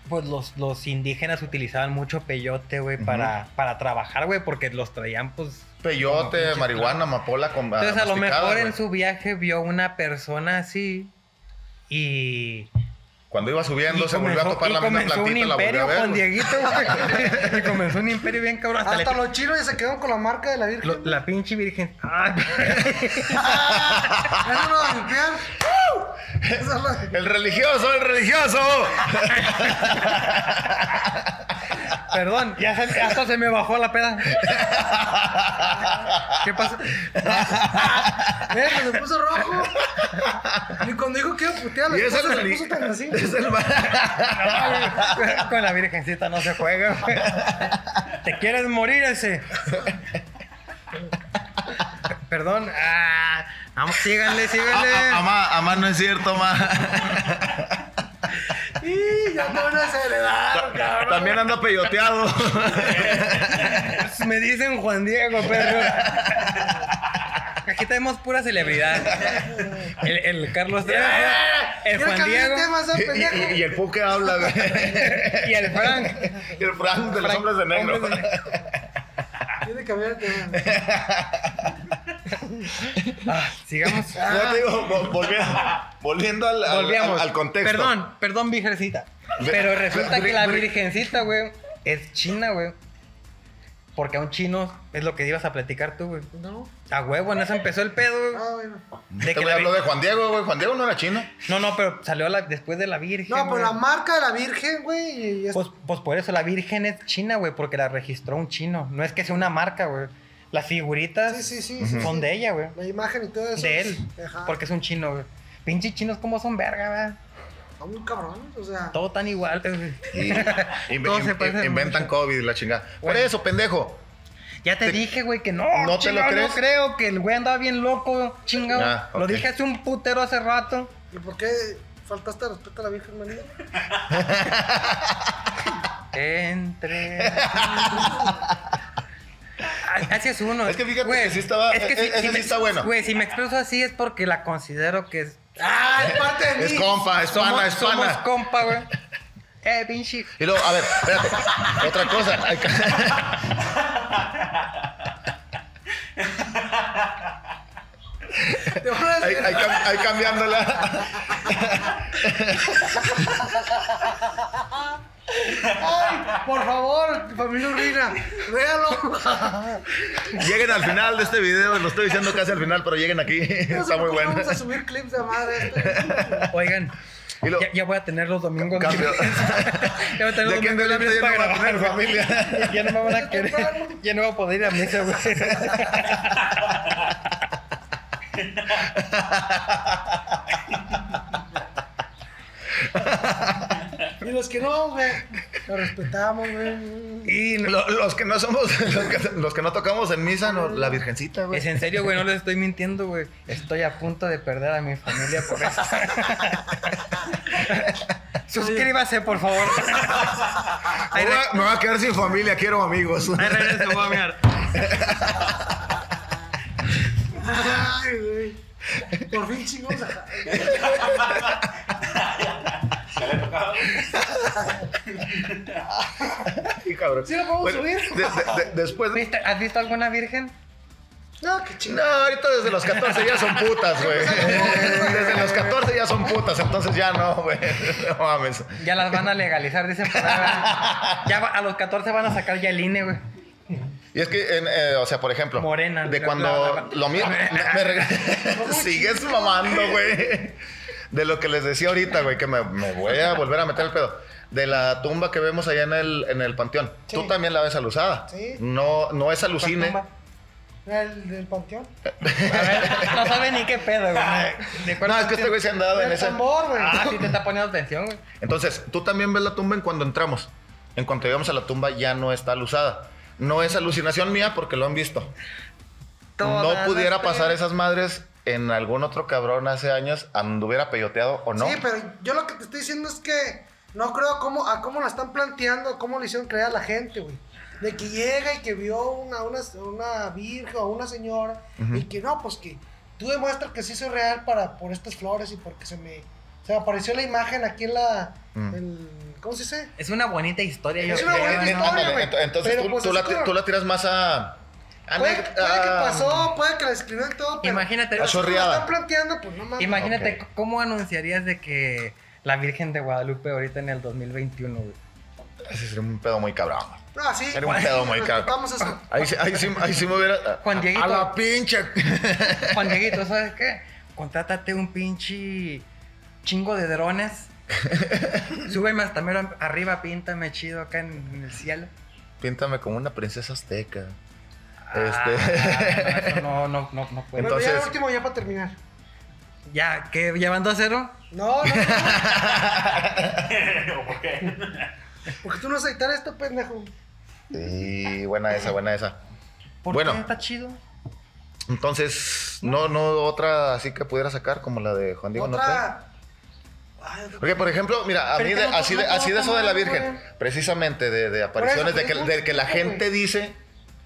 A: pues los, los indígenas utilizaban mucho peyote, güey,
C: Ujú.
A: para, para trabajar, güey, porque los traían, pues.
C: Peyote,
A: Como-
C: marihuana, amapola con
A: Entonces, a lo
C: masticada,
A: mejor en
C: güey.
A: su viaje vio una persona así y.
C: Cuando iba subiendo,
A: y
C: se volvió a
A: comenzó-
C: topar
A: y
C: la misma
A: comenzó un
C: plantita, la volvió a
A: imperio
C: ver.
A: con
C: güey.
A: Dieguito, güey. y comenzó un imperio bien cabrón. Hasta,
B: Hasta
A: le-
B: los chinos ya se quedaron con la marca de la Virgen.
A: lo- la pinche virgen. Ay,
B: Eso no va a limpiar. Eso no-
C: El religioso, el religioso.
A: Perdón, ya se- hasta se me bajó la peda. ¿Qué pasa?
B: Eh, se le puso rojo. Ni cuando dijo que iba a putear, la
C: Y es
B: esposa
C: el
B: se le puso tan así.
C: religioso. Es el ma-
A: Con la virgencita no se juega, güey. ¿Te quieres morir ese? Perdón. Ah, vamos, síganle,
C: Ah,
A: síganle.
C: ah, Amá, amá, no es cierto, amá.
B: Y ya no van a acelerar, cabrón.
C: También anda peyoteado. ah.
A: Me dicen Juan Diego, perro. Aquí tenemos pura celebridad. El, el Carlos Trejo, el
B: Quiero
A: Juan
B: cambiar
A: Diego
B: el tema, ese
C: Y,
B: pendejo.
C: y- y el puque habla, güey.
A: y el Frank.
C: Y el Frank de los
A: Frank,
C: hombres de negro.
A: hombres de
B: Quiere cambiar el tema.
A: Ah, sigamos.
B: Ah,
C: Ya te digo, vol- volviendo, volviendo al, al-
A: Volvíamos.
C: al contexto.
A: Perdón, perdón, virgencita. Pero resulta que la virgencita, güey, es china, güey. Porque a un chino es lo que ibas a platicar tú, güey.
B: No.
A: A huevo, en eso empezó el pedo, güey.
B: Ah, bueno.
A: De
C: Este
A: que
C: güey
A: la
C: habló
A: vi-
C: de Juan Diego, güey. Juan Diego no era chino.
A: No, no, pero salió la- después de la virgen.
B: No, pues
A: güey.
B: la marca de la Virgen, güey. y es-
A: Pues, pues por eso la virgen es china, güey, porque la registró un chino. No es que sea una marca, güey. Las figuritas
B: Sí, sí, sí. sí,
A: son
B: sí.
A: de ella, güey.
B: Pues, La imagen y todo eso.
A: De
B: es-
A: él.
B: Ajá.
A: Porque es un chino, güey. Pinches chinos como son verga, güey.
B: Son muy cabrones, o sea.
A: Todo tan igual, güey.
C: Y- inve-
A: Todos se
C: in-
A: parecen
C: inventan
A: mucho.
C: COVID, la chingada. Por
A: Bueno.
C: eso, pendejo.
A: Ya te,
C: Te-
A: dije, güey, que no.
C: ¿No te
A: chingado,
C: lo crees?
A: No creo que el güey andaba bien loco, chingado.
C: Ah, ok.
A: Lo dije hace un putero hace rato.
B: ¿Y por qué faltaste al respeto a la Virgen María?
A: Entre. Ah, así es uno.
C: Es que fíjate
A: Güey,
C: que sí estaba-
A: es que
C: e- e- ese
A: me-
C: sí está bueno.
A: Güey, si me expreso así es porque la considero que es.
B: ¡Ah, es parte de mí!
C: Es compa, es
A: Somos,
C: pana, es
A: somos
C: pana.
A: compa, güey. Eh, pinche.
C: Y luego, a ver, espérate. Otra cosa. Hay que-
B: Te voy a
C: Ahí,
B: decir-
C: ahí cam- ahí cambiándola.
B: ¡Ay, por favor, familia Urrina! ¡Véalo!
C: Lleguen al final de este video. Lo estoy diciendo casi al final, pero lleguen aquí.
B: No sé
C: Está
B: por
C: muy
B: qué
C: bueno.
B: Vamos a subir clips de madre. este.
A: Oigan.
C: Y lo-
A: Ya, ya voy a tener los domingos.
C: Cambio.
A: Ya voy a tener
C: De
A: los
C: aquí en
A: domingos
C: adelante
A: libres
C: ya no
A: para
C: va a
A: grabar,
C: tener
A: güey.
C: familia.
A: Ya no me van a querer. Ya no voy a poder ir a misa, güey.
B: Y los que no, güey, lo respetamos, güey.
A: Y no-
C: Lo- los que no somos, los que, los que no tocamos en misa, no, la virgencita, güey.
A: es en serio, güey, no les estoy mintiendo, güey. Estoy a punto de perder a mi familia por eso. Suscríbase, por favor.
C: Me
A: Ahí
C: voy
A: re-
C: a- me voy a quedar sin familia, quiero amigos.
A: ahí regreso, voy a mirar.
B: Ay, güey. Por fin chingos. a-
G: Ya le tocaba.
C: Sí, cabrón.
B: ¿Sí lo podemos subir?
C: de- de- después.
A: ¿Viste- ¿Has visto alguna virgen?
B: No, qué
C: No,
B: chingada.
C: ahorita desde los 14 ya son putas, güey. Desde los 14 ya son putas, entonces ya no, güey. No mames.
A: Ya las van a legalizar, dicen. por ahí, ¿verdad? Ya va- a los 14 van a sacar ya el INE, güey.
C: Y es que, en, eh, o sea, por ejemplo,
A: Morena,
C: de
A: la-
C: cuando
A: la- la-
C: lo mismo, me reg- sigues mamando, güey. De lo que les decía ahorita, güey, que me, me voy a volver a meter el pedo. De la tumba que vemos allá en el, en el panteón.
B: Sí.
C: Tú también la ves alusada.
B: Sí.
C: No, no es alucine.
A: Tumba.
B: El del panteón.
A: Pues, A ver, no sabe ni qué pedo, güey. ¿De cuál
C: No, es que este güey se ha andado en
B: El
C: ese.
B: tambor, güey.
A: Ah, sí te está poniendo atención, güey.
C: Entonces, tú también ves la tumba en cuando entramos. En cuanto llegamos a la tumba ya no está alusada. No es alucinación mía porque lo han visto.
A: Todas
C: no
A: las
C: pudiera pasar
A: tres.
C: esas madres en algún otro cabrón hace años anduviera peyoteado o no.
B: Sí, pero yo lo que te estoy diciendo es que no creo cómo, a cómo la están planteando, cómo le hicieron creer a la gente, güey. De que llega y que vio una, una, una virgen o una señora y que no, pues que tú demuestras que sí soy real para, por estas flores y porque se me, se me apareció la imagen aquí en la,
C: Mm.
B: en- ¿Cómo se dice?
A: Es una bonita historia.
B: Es
A: yo
B: una
A: creo.
B: bonita
C: Eh,
B: historia,
C: ándale,
B: güey.
C: ento- Entonces
B: Pero,
C: tú,
B: pues,
C: tú
B: es
C: la,
B: como-
C: tú la tiras más a. a
B: Puede,
C: Ah, neg-
B: puede que
C: a-
B: pasó, puede que la escribieron todo, pero.
A: Imagínate,
B: pero así como
C: Achorreada.
B: lo están planteando, pues no mames.
A: imagínate
C: Ok.
A: cómo anunciarías de que la Virgen de Guadalupe ahorita en el 2021, güey.
C: Ese sería un pedo muy cabrón. güey.
B: Ah, sí.
C: Era un pedo muy cabrón.
B: Vamos eso.
C: Ahí, sí- ahí, sí, ahí sí me hubiera.
A: Juan
C: a-
A: Dieguito.
C: A la pinche.
A: Juan Dieguito, ¿sabes qué? Contrátate un pinche chingo de drones. Súbeme hasta mero arriba, píntame chido acá en, en el cielo.
C: Píntame como una princesa azteca.
A: Ah,
C: Este.
A: no, no, no, no puedo.
B: Bueno, ya el
C: Entonces-
B: último, ya para terminar.
A: Ya, ¿qué? ¿Llevando a cero?
B: No, no, no,
G: ¿O por qué?
B: porque tú no aceptar esto, pendejo.
C: Sí, buena esa, buena esa.
A: ¿Por
C: Bueno.
A: qué está chido?
C: Entonces, no, no otra así que pudiera sacar como la de Juan Diego no trae.
B: Otra. Ay,
C: Porque, por ejemplo, mira, a
A: Pero
C: mí
A: es que
C: de-
A: no to-
C: así, de,
A: no
C: así de eso de la
B: toman,
C: Virgen,
B: güey.
C: precisamente de, de apariciones, de que,
B: pero es
C: de que la
B: mucho,
C: gente
B: güey.
C: dice,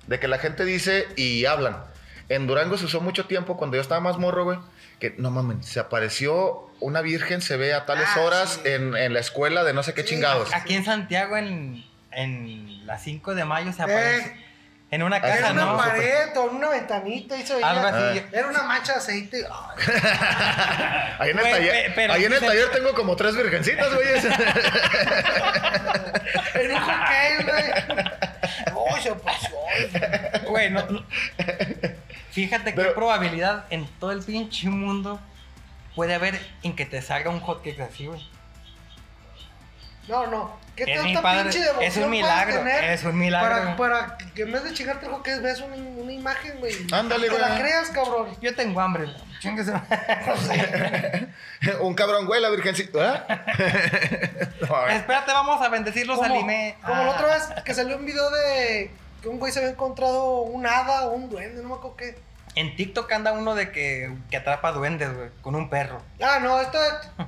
C: de que la gente dice y hablan. En Durango se usó mucho tiempo, cuando yo estaba más morro, güey, que no mames, se apareció una Virgen, se ve a tales
B: Ah,
C: horas
B: sí.
C: en, en la escuela de no sé qué
B: Sí,
C: chingados.
A: Aquí en Santiago, en, en las 5 de mayo, se
B: Eh.
A: aparece. En una
C: Era
A: casa,
B: Era una
A: ¿no?
B: pared o en una ventanita, y se veía.
A: Algo así.
C: Ah.
B: Era una mancha de aceite. Ay,
C: Ahí en el
A: Güey,
C: taller,
A: pe- pero
C: ahí en el
A: se-
C: taller tengo como tres virgencitas, güey.
B: en un coquel, güey. Ay, se pasó.
A: Güey, no- no. Fíjate qué
C: Pero-
A: probabilidad en todo el pinche mundo puede haber en que te salga un hotcake así, güey.
B: No, no. ¿Qué
A: Es mi
B: tanta
A: padre,
B: pinche
A: es
B: devoción
A: un milagro,
B: puedes tener
A: es un milagro.
B: Para, para que en vez de chingarte el coquel, veas una, una imagen, güey.
C: Ándale,
B: Que
C: güey.
B: la creas, cabrón.
A: Yo tengo hambre, la chingue su-
C: Un cabrón, güey, la virgencita. ¿eh? ¿Ah? No, a ver.
A: Espérate, vamos a bendecir los Ah,
B: Como,
A: alimentos.
B: como la otra vez que salió un video de que un güey se había encontrado un hada o un duende, no me acuerdo qué.
A: En TikTok anda uno de que, que atrapa duendes, güey, con un perro.
B: Ah, no, esto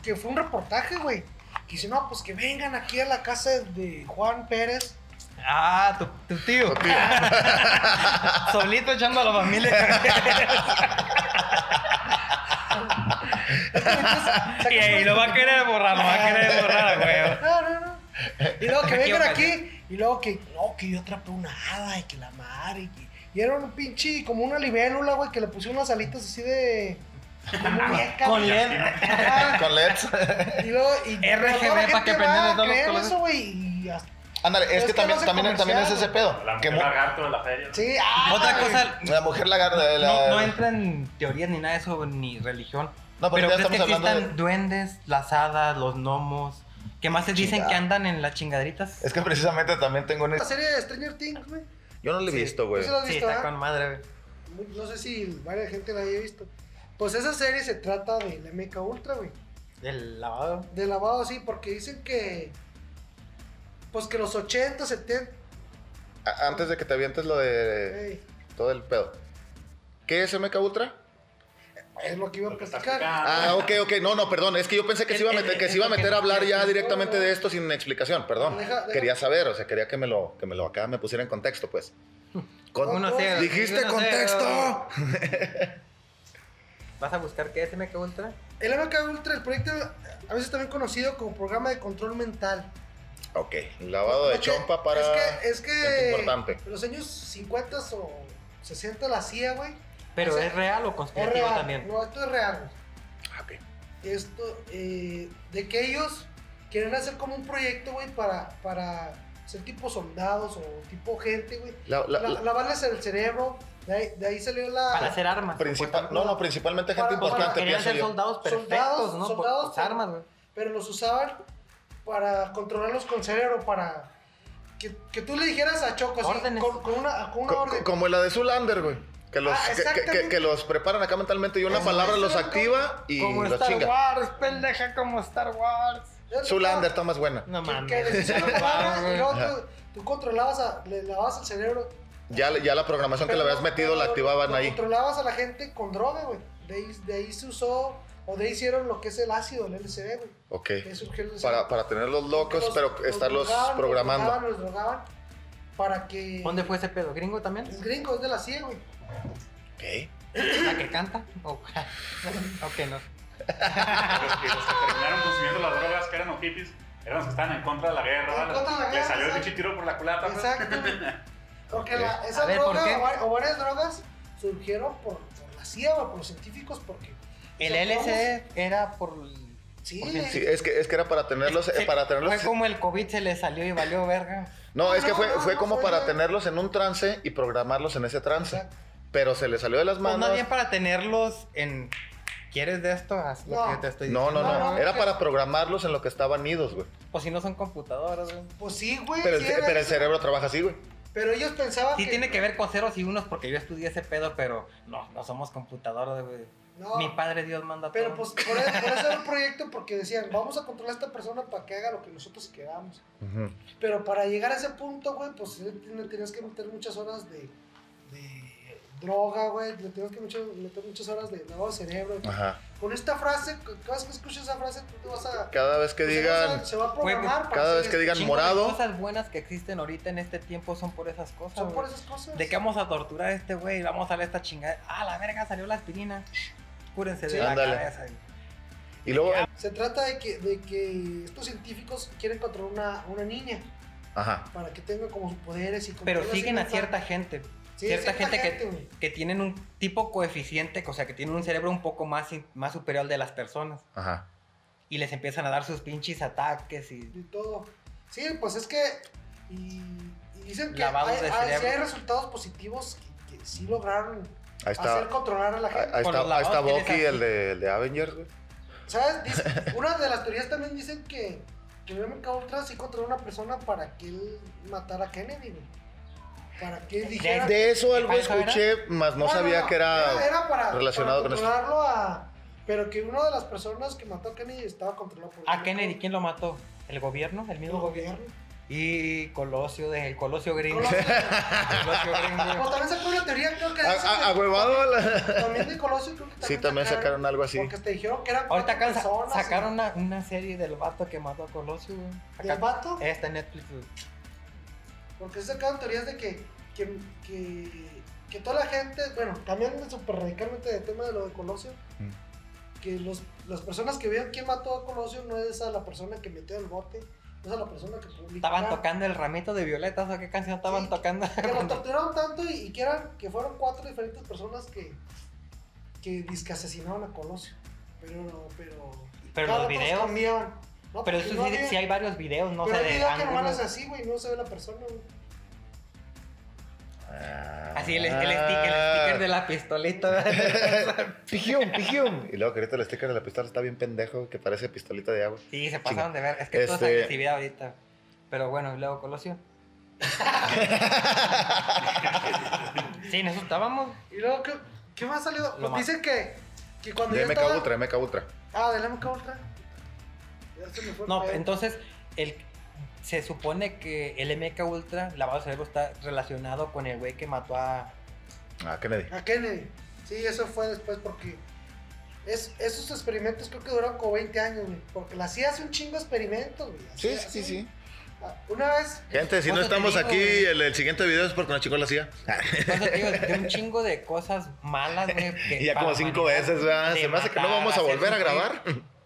B: que fue un reportaje, güey. Que dice, no, pues que vengan aquí a la casa de Juan Pérez.
A: Ah, tu, tu tío. Solito echando a la familia. y, y lo va a querer borrar, lo va a querer borrar, güey.
B: No, no, no. Y luego que
A: Me
B: vengan
A: equivoco,
B: aquí. Y luego que, no, que yo atrapé una hada y que la madre. Y, que- y era un pinche, como una libélula, güey, que le pusieron unas alitas así de. como vieja,
A: Con
B: güey.
A: LED.
B: Ajá.
C: Con E LEDs.
B: Y luego, y
A: RGB
B: toda la
A: para que
B: gente va
A: aprendan de
B: a
A: todos los
B: creer
A: colores.
B: eso, güey. y hasta-
C: Ándale, es,
B: Es
C: que,
B: que
C: también,
B: no se
C: también, también es
B: comercial,
C: ese pedo.
G: La
C: que
G: mujer
C: mu-
G: lagarto de la feria.
B: Sí, ah,
A: Otra
B: güey.
A: cosa,
C: la mujer lagarta. de
A: no,
C: la-
A: no entra en teorías ni nada de eso, ni religión.
C: No, pero
A: pero
C: ya
A: crees que
C: estamos hablando
A: existan duendes, las hadas, los gnomos, que más se dicen
C: Chingada.
A: que andan en las chingadritas.
C: Es que precisamente también tengo una.
B: La serie de Stranger Things, güey.
C: Yo no lo he
A: Sí.
C: visto, eh? güey.
B: ¿Tú se la has
A: Sí,
B: visto,
A: está
B: ah?
A: con madre, güey.
B: Muy- No sé si varias gente la haya visto. Pues esa serie se trata de la MK Ultra, güey.
A: El lavado.
B: De lavado así, porque dicen que. Pues que los 80, 70.
C: A- Antes de que te avientes lo de
B: ey,
C: todo el pedo. ¿Qué es MK Ultra?
B: es lo que iba a
G: Lo que estás
B: platicar.
G: picando.
C: Ah, ok, ok. No, no, perdón. Es que yo pensé que se iba a meter, que se iba a, meter a hablar ya directamente de esto sin explicación. Perdón.
B: Deja- deja.
C: Quería saber, o sea, quería que me lo, que me lo acá me pusiera en contexto, pues. Con-
A: Uno cero,
C: Dijiste
A: uno
C: contexto.
A: ¿Vas a buscar qué es MK Ultra?
B: El MK Ultra, el proyecto, a veces también conocido como programa de control mental.
C: Ok, lavado de
B: Porque
C: chompa para.
B: Es que. Es
C: gente
B: que
C: importante.
B: En los años 50 o 60 la hacía, güey.
A: ¿Pero
B: O sea,
A: es real o
B: Es
A: conspirativo
B: real.
A: también?
B: No, esto es real, güey.
C: Ah, ok.
B: esto eh, de que ellos quieren hacer como un proyecto, güey, para, para ser tipo soldados o tipo gente, güey.
C: La- la-
B: La-
C: la-
B: Lavarles el cerebro, de ahí, de ahí salió la...
A: Para hacer armas.
C: principal- no, no, principalmente gente
B: Para- para-
C: importante,
A: Querían
C: pienso
A: ser
C: yo.
A: soldados perfectos,
B: Soldados,
A: ¿no? Por-
B: soldados,
A: por armas, güey.
B: Pero los usaban para controlarlos con cerebro, para... Que, que tú le dijeras a Choco, así,
A: Órdenes.
B: con, con una, con una
C: Co-
B: orden.
C: Como la de Zulander, güey. Que los,
B: Ah,
C: que- que- que,
B: exactamente.
C: que los preparan acá mentalmente y una
B: Como
C: palabra los
B: Zulander,
C: activa y
A: Como
C: los
A: Star
C: chinga.
A: Wars, pendeja, como Star Wars.
C: Zulander está más buena.
A: No
B: Que,
A: mames.
B: que les hicieron la barra y luego
C: Ajá.
B: tú, tú controlabas, a- le lavabas el cerebro
C: Ya, ya la programación que le
B: Pero
C: habías
B: no,
C: metido la
B: pero
C: activaban
B: no
C: ahí.
B: Controlabas a la gente con droga, güey. De ahí, de ahí se usó, o de ahí hicieron lo que es el ácido, el LCD, güey.
C: Ok.
B: De ahí surgió el LSD.
C: Para, para tenerlos locos,
B: Los-
C: pero estarlos
B: drogaban,
C: programando.
B: Los drogaban, los drogaban para que.
A: ¿Dónde fue ese pedo? ¿Gringo también?
B: Es gringo, es de la CIA, güey.
C: Ok.
A: ¿La que canta? ¿O ok, no.
G: Los que, los que terminaron consumiendo las drogas que eran los hippies Eran los que estaban en contra de la guerra.
B: En contra de la
G: Le
B: guerra,
G: salió el
B: exacto.
G: pinche tiro por la culata. pues.
B: Exacto. Porque la- esa
A: A ver, ¿por
B: droga
A: qué?
B: o va- o varias drogas surgieron por, por la CIA o por los científicos porque...
A: El
B: se-
A: LSD era por.
B: Sí,
A: por científicos.
C: Sí, es que, es que era para tenerlos, eh,
A: Se-
C: para tenerlos.
A: Fue como el COVID se le salió y valió verga.
C: No, es que
B: No,
C: fue,
B: no,
C: fue
B: no,
C: como
B: fue-
C: para tenerlos en un trance y programarlos en ese trance. Pero se le salió de las
A: Pues
C: manos.
A: más bien para tenerlos en. ¿Quieres de esto? Haz lo
B: No.
A: que yo te estoy
C: No,
A: diciendo.
C: no,
B: No,
C: no.
B: no,
C: Era
B: que-
C: para programarlos en lo que estaban nidos, güey.
A: Pues si no son computadoras, güey.
B: Pues sí, güey.
C: Pero el,
B: sí era
C: pero el
B: eso.
C: cerebro trabaja así, güey.
B: Pero ellos pensaban
A: Sí
B: que...
A: tiene que ver con ceros y unos porque yo estudié ese pedo, pero no, no somos computadoras, güey.
B: No.
A: Mi padre Dios manda
B: Pero
A: todo.
B: pues por, por eso era un proyecto porque decían, vamos a controlar a esta persona para que haga lo que nosotros queramos.
C: Ujú.
B: Pero para llegar a ese punto, güey, pues sí le tenías que meter muchas horas de, de droga, güey. Le tenías que mucho- meter muchas horas de lavado de cerebro.
C: Ajá.
B: Con esta frase, cada vez que escuches esa frase, tú te vas a...
C: Cada vez que
B: pues, se
C: digan.
B: vas a- Se va a
A: Güey,
B: programar. para
C: Cada
B: hacer
C: vez que
B: eso.
C: digan
A: Chingo de
C: morado.
A: cosas buenas que existen ahorita en este tiempo son por esas cosas.
B: Son por
A: güey.
B: esas cosas.
A: De que vamos a torturar a este güey, vamos a darle esta chingada. Ah, la verga, salió la aspirina. Cúrense
B: Sí,
A: de la
C: ándale.
A: cabeza. güey.
C: Y luego.
B: Se trata de que, de que estos científicos quieren controlar una, una niña
C: Ajá.
B: para que tenga como sus poderes y
A: Pero
B: controla
A: siguen a
B: misma.
A: cierta gente.
B: Sí,
A: cierta, gente, que,
B: güey.
A: que tienen un tipo coeficiente, o sea, que tienen un cerebro un poco más, in- más superior al de las personas.
C: Ajá.
A: Y les empiezan a dar sus pinches ataques y...
B: y todo. Sí, pues es que. Y, y dicen que
A: Lavado
B: hay,
A: de
B: hay- sí
A: cerebro.
B: hay resultados positivos que, que sí lograron
C: Ahí
B: hacer
C: está.
B: controlar a la
C: Ahí,
B: gente.
C: ahí
A: Con los
C: está, ahí está
A: lavados que les
C: Bucky,
A: hacen.
C: el de, el de Avengers, güey.
B: ¿Sabes? Dice- una de las teorías también dicen que. Que Verónica Ultra sí controló a una persona para que él matara a Kennedy, güey. Para que él dijera.
C: De eso algo
A: ¿Para eso era?
C: escuché, mas no sabía que
B: Era,
C: era.
B: era para,
C: relacionado
B: para
C: con eso.
B: controlarlo a. Pero que una de las personas que mató a Kennedy estaba controlada por.
A: ¿A Kennedy quién lo mató? ¿El gobierno? ¿El
B: El
A: mismo
B: gobierno.
A: Y Colosio, de, el Colosio Gringo.
B: Colosio.
A: Colosio
B: Pues
A: Gringo.
B: también sacó una teoría, creo que.
C: A-
B: eso,
C: a-
B: güey.
C: Ahuevado. la-
B: También de Colosio creo que también
C: Sí, también sacaron algo así.
B: Porque te dijeron que eran
A: Ahorita
B: cuatro
A: acaban sa-
B: personas,
A: sacaron
B: ¿no?
A: una, una serie del vato que mató a Colosio, güey. Acá- Eh.
B: ¿Del vato?
A: Esta en Netflix, güey.
B: Porque sacaron teorías de que, que, que, que toda la gente, bueno, cambiando súper radicalmente de tema de lo de Colosio,
C: Mm.
B: que los, las personas que vieron quién mató a Colosio no es a la persona que metió el bote, no es a la persona que publicó.
A: Estaban tocando el ramito de violetas, ¿o qué canción estaban
B: Sí,
A: tocando?
B: Que los torturaron tanto y, y que, eran, que fueron cuatro diferentes personas que, que dizque asesinaron a Colosio. Pero, pero...
A: Pero
B: cada
A: los
B: rato los
A: videos.
B: cambiaban. No,
A: Pero
B: porque
A: eso
B: no
A: sí,
B: había-
A: sí hay varios videos, no
B: pero
A: sé
B: hay
A: de
B: video que nomás
A: ángulos.
B: es así, güey, no se ve la persona, güey.
A: Así el, el sticker, el sticker
C: Ah.
A: de la pistolita.
C: Pijium, pijium. Y luego que ahorita el sticker de la pistola está bien pendejo, que parece pistolita de agua.
A: Sí, se pasaron de ver. Es que todo es
C: Este-
A: agresividad ahorita. Pero bueno, y luego Colosio. sí, en eso estábamos.
B: Y luego, ¿qué, qué más salió?
A: Lo
B: Pues
A: más.
B: dicen que, que cuando
C: De
B: yo
C: MK
B: estaba...
C: Ultra, MK Ultra.
B: Ah, de la MK Ultra. Ya se me fue el
A: No,
B: pedo.
A: entonces, el, se supone que el MK Ultra, lavado de cerebro, está relacionado con el güey que mató a.
C: Ah, Kennedy.
B: A Kennedy. Sí, eso fue después porque... Es, esos experimentos creo que duraron como 20 años, güey. Porque la CIA hace un chingo de experimentos, güey.
C: Sí,
B: Hace-
C: sí,
B: hace
C: sí.
B: un- ah, Una vez...
C: Gente, si
A: Por
C: no
A: eso te
C: estamos
A: digo,
C: aquí,
A: güey.
C: el, el siguiente video es porque nos chicos la hacía.
A: Entonces, digo, de un chingo de cosas malas, güey. que
C: Y ya
A: para
C: como cinco
A: humanidad,
C: veces, ¿verdad?
A: de
C: Se me hace que no
A: matar,
C: vamos a
A: hacer
C: volver a
A: sufrir.
C: grabar.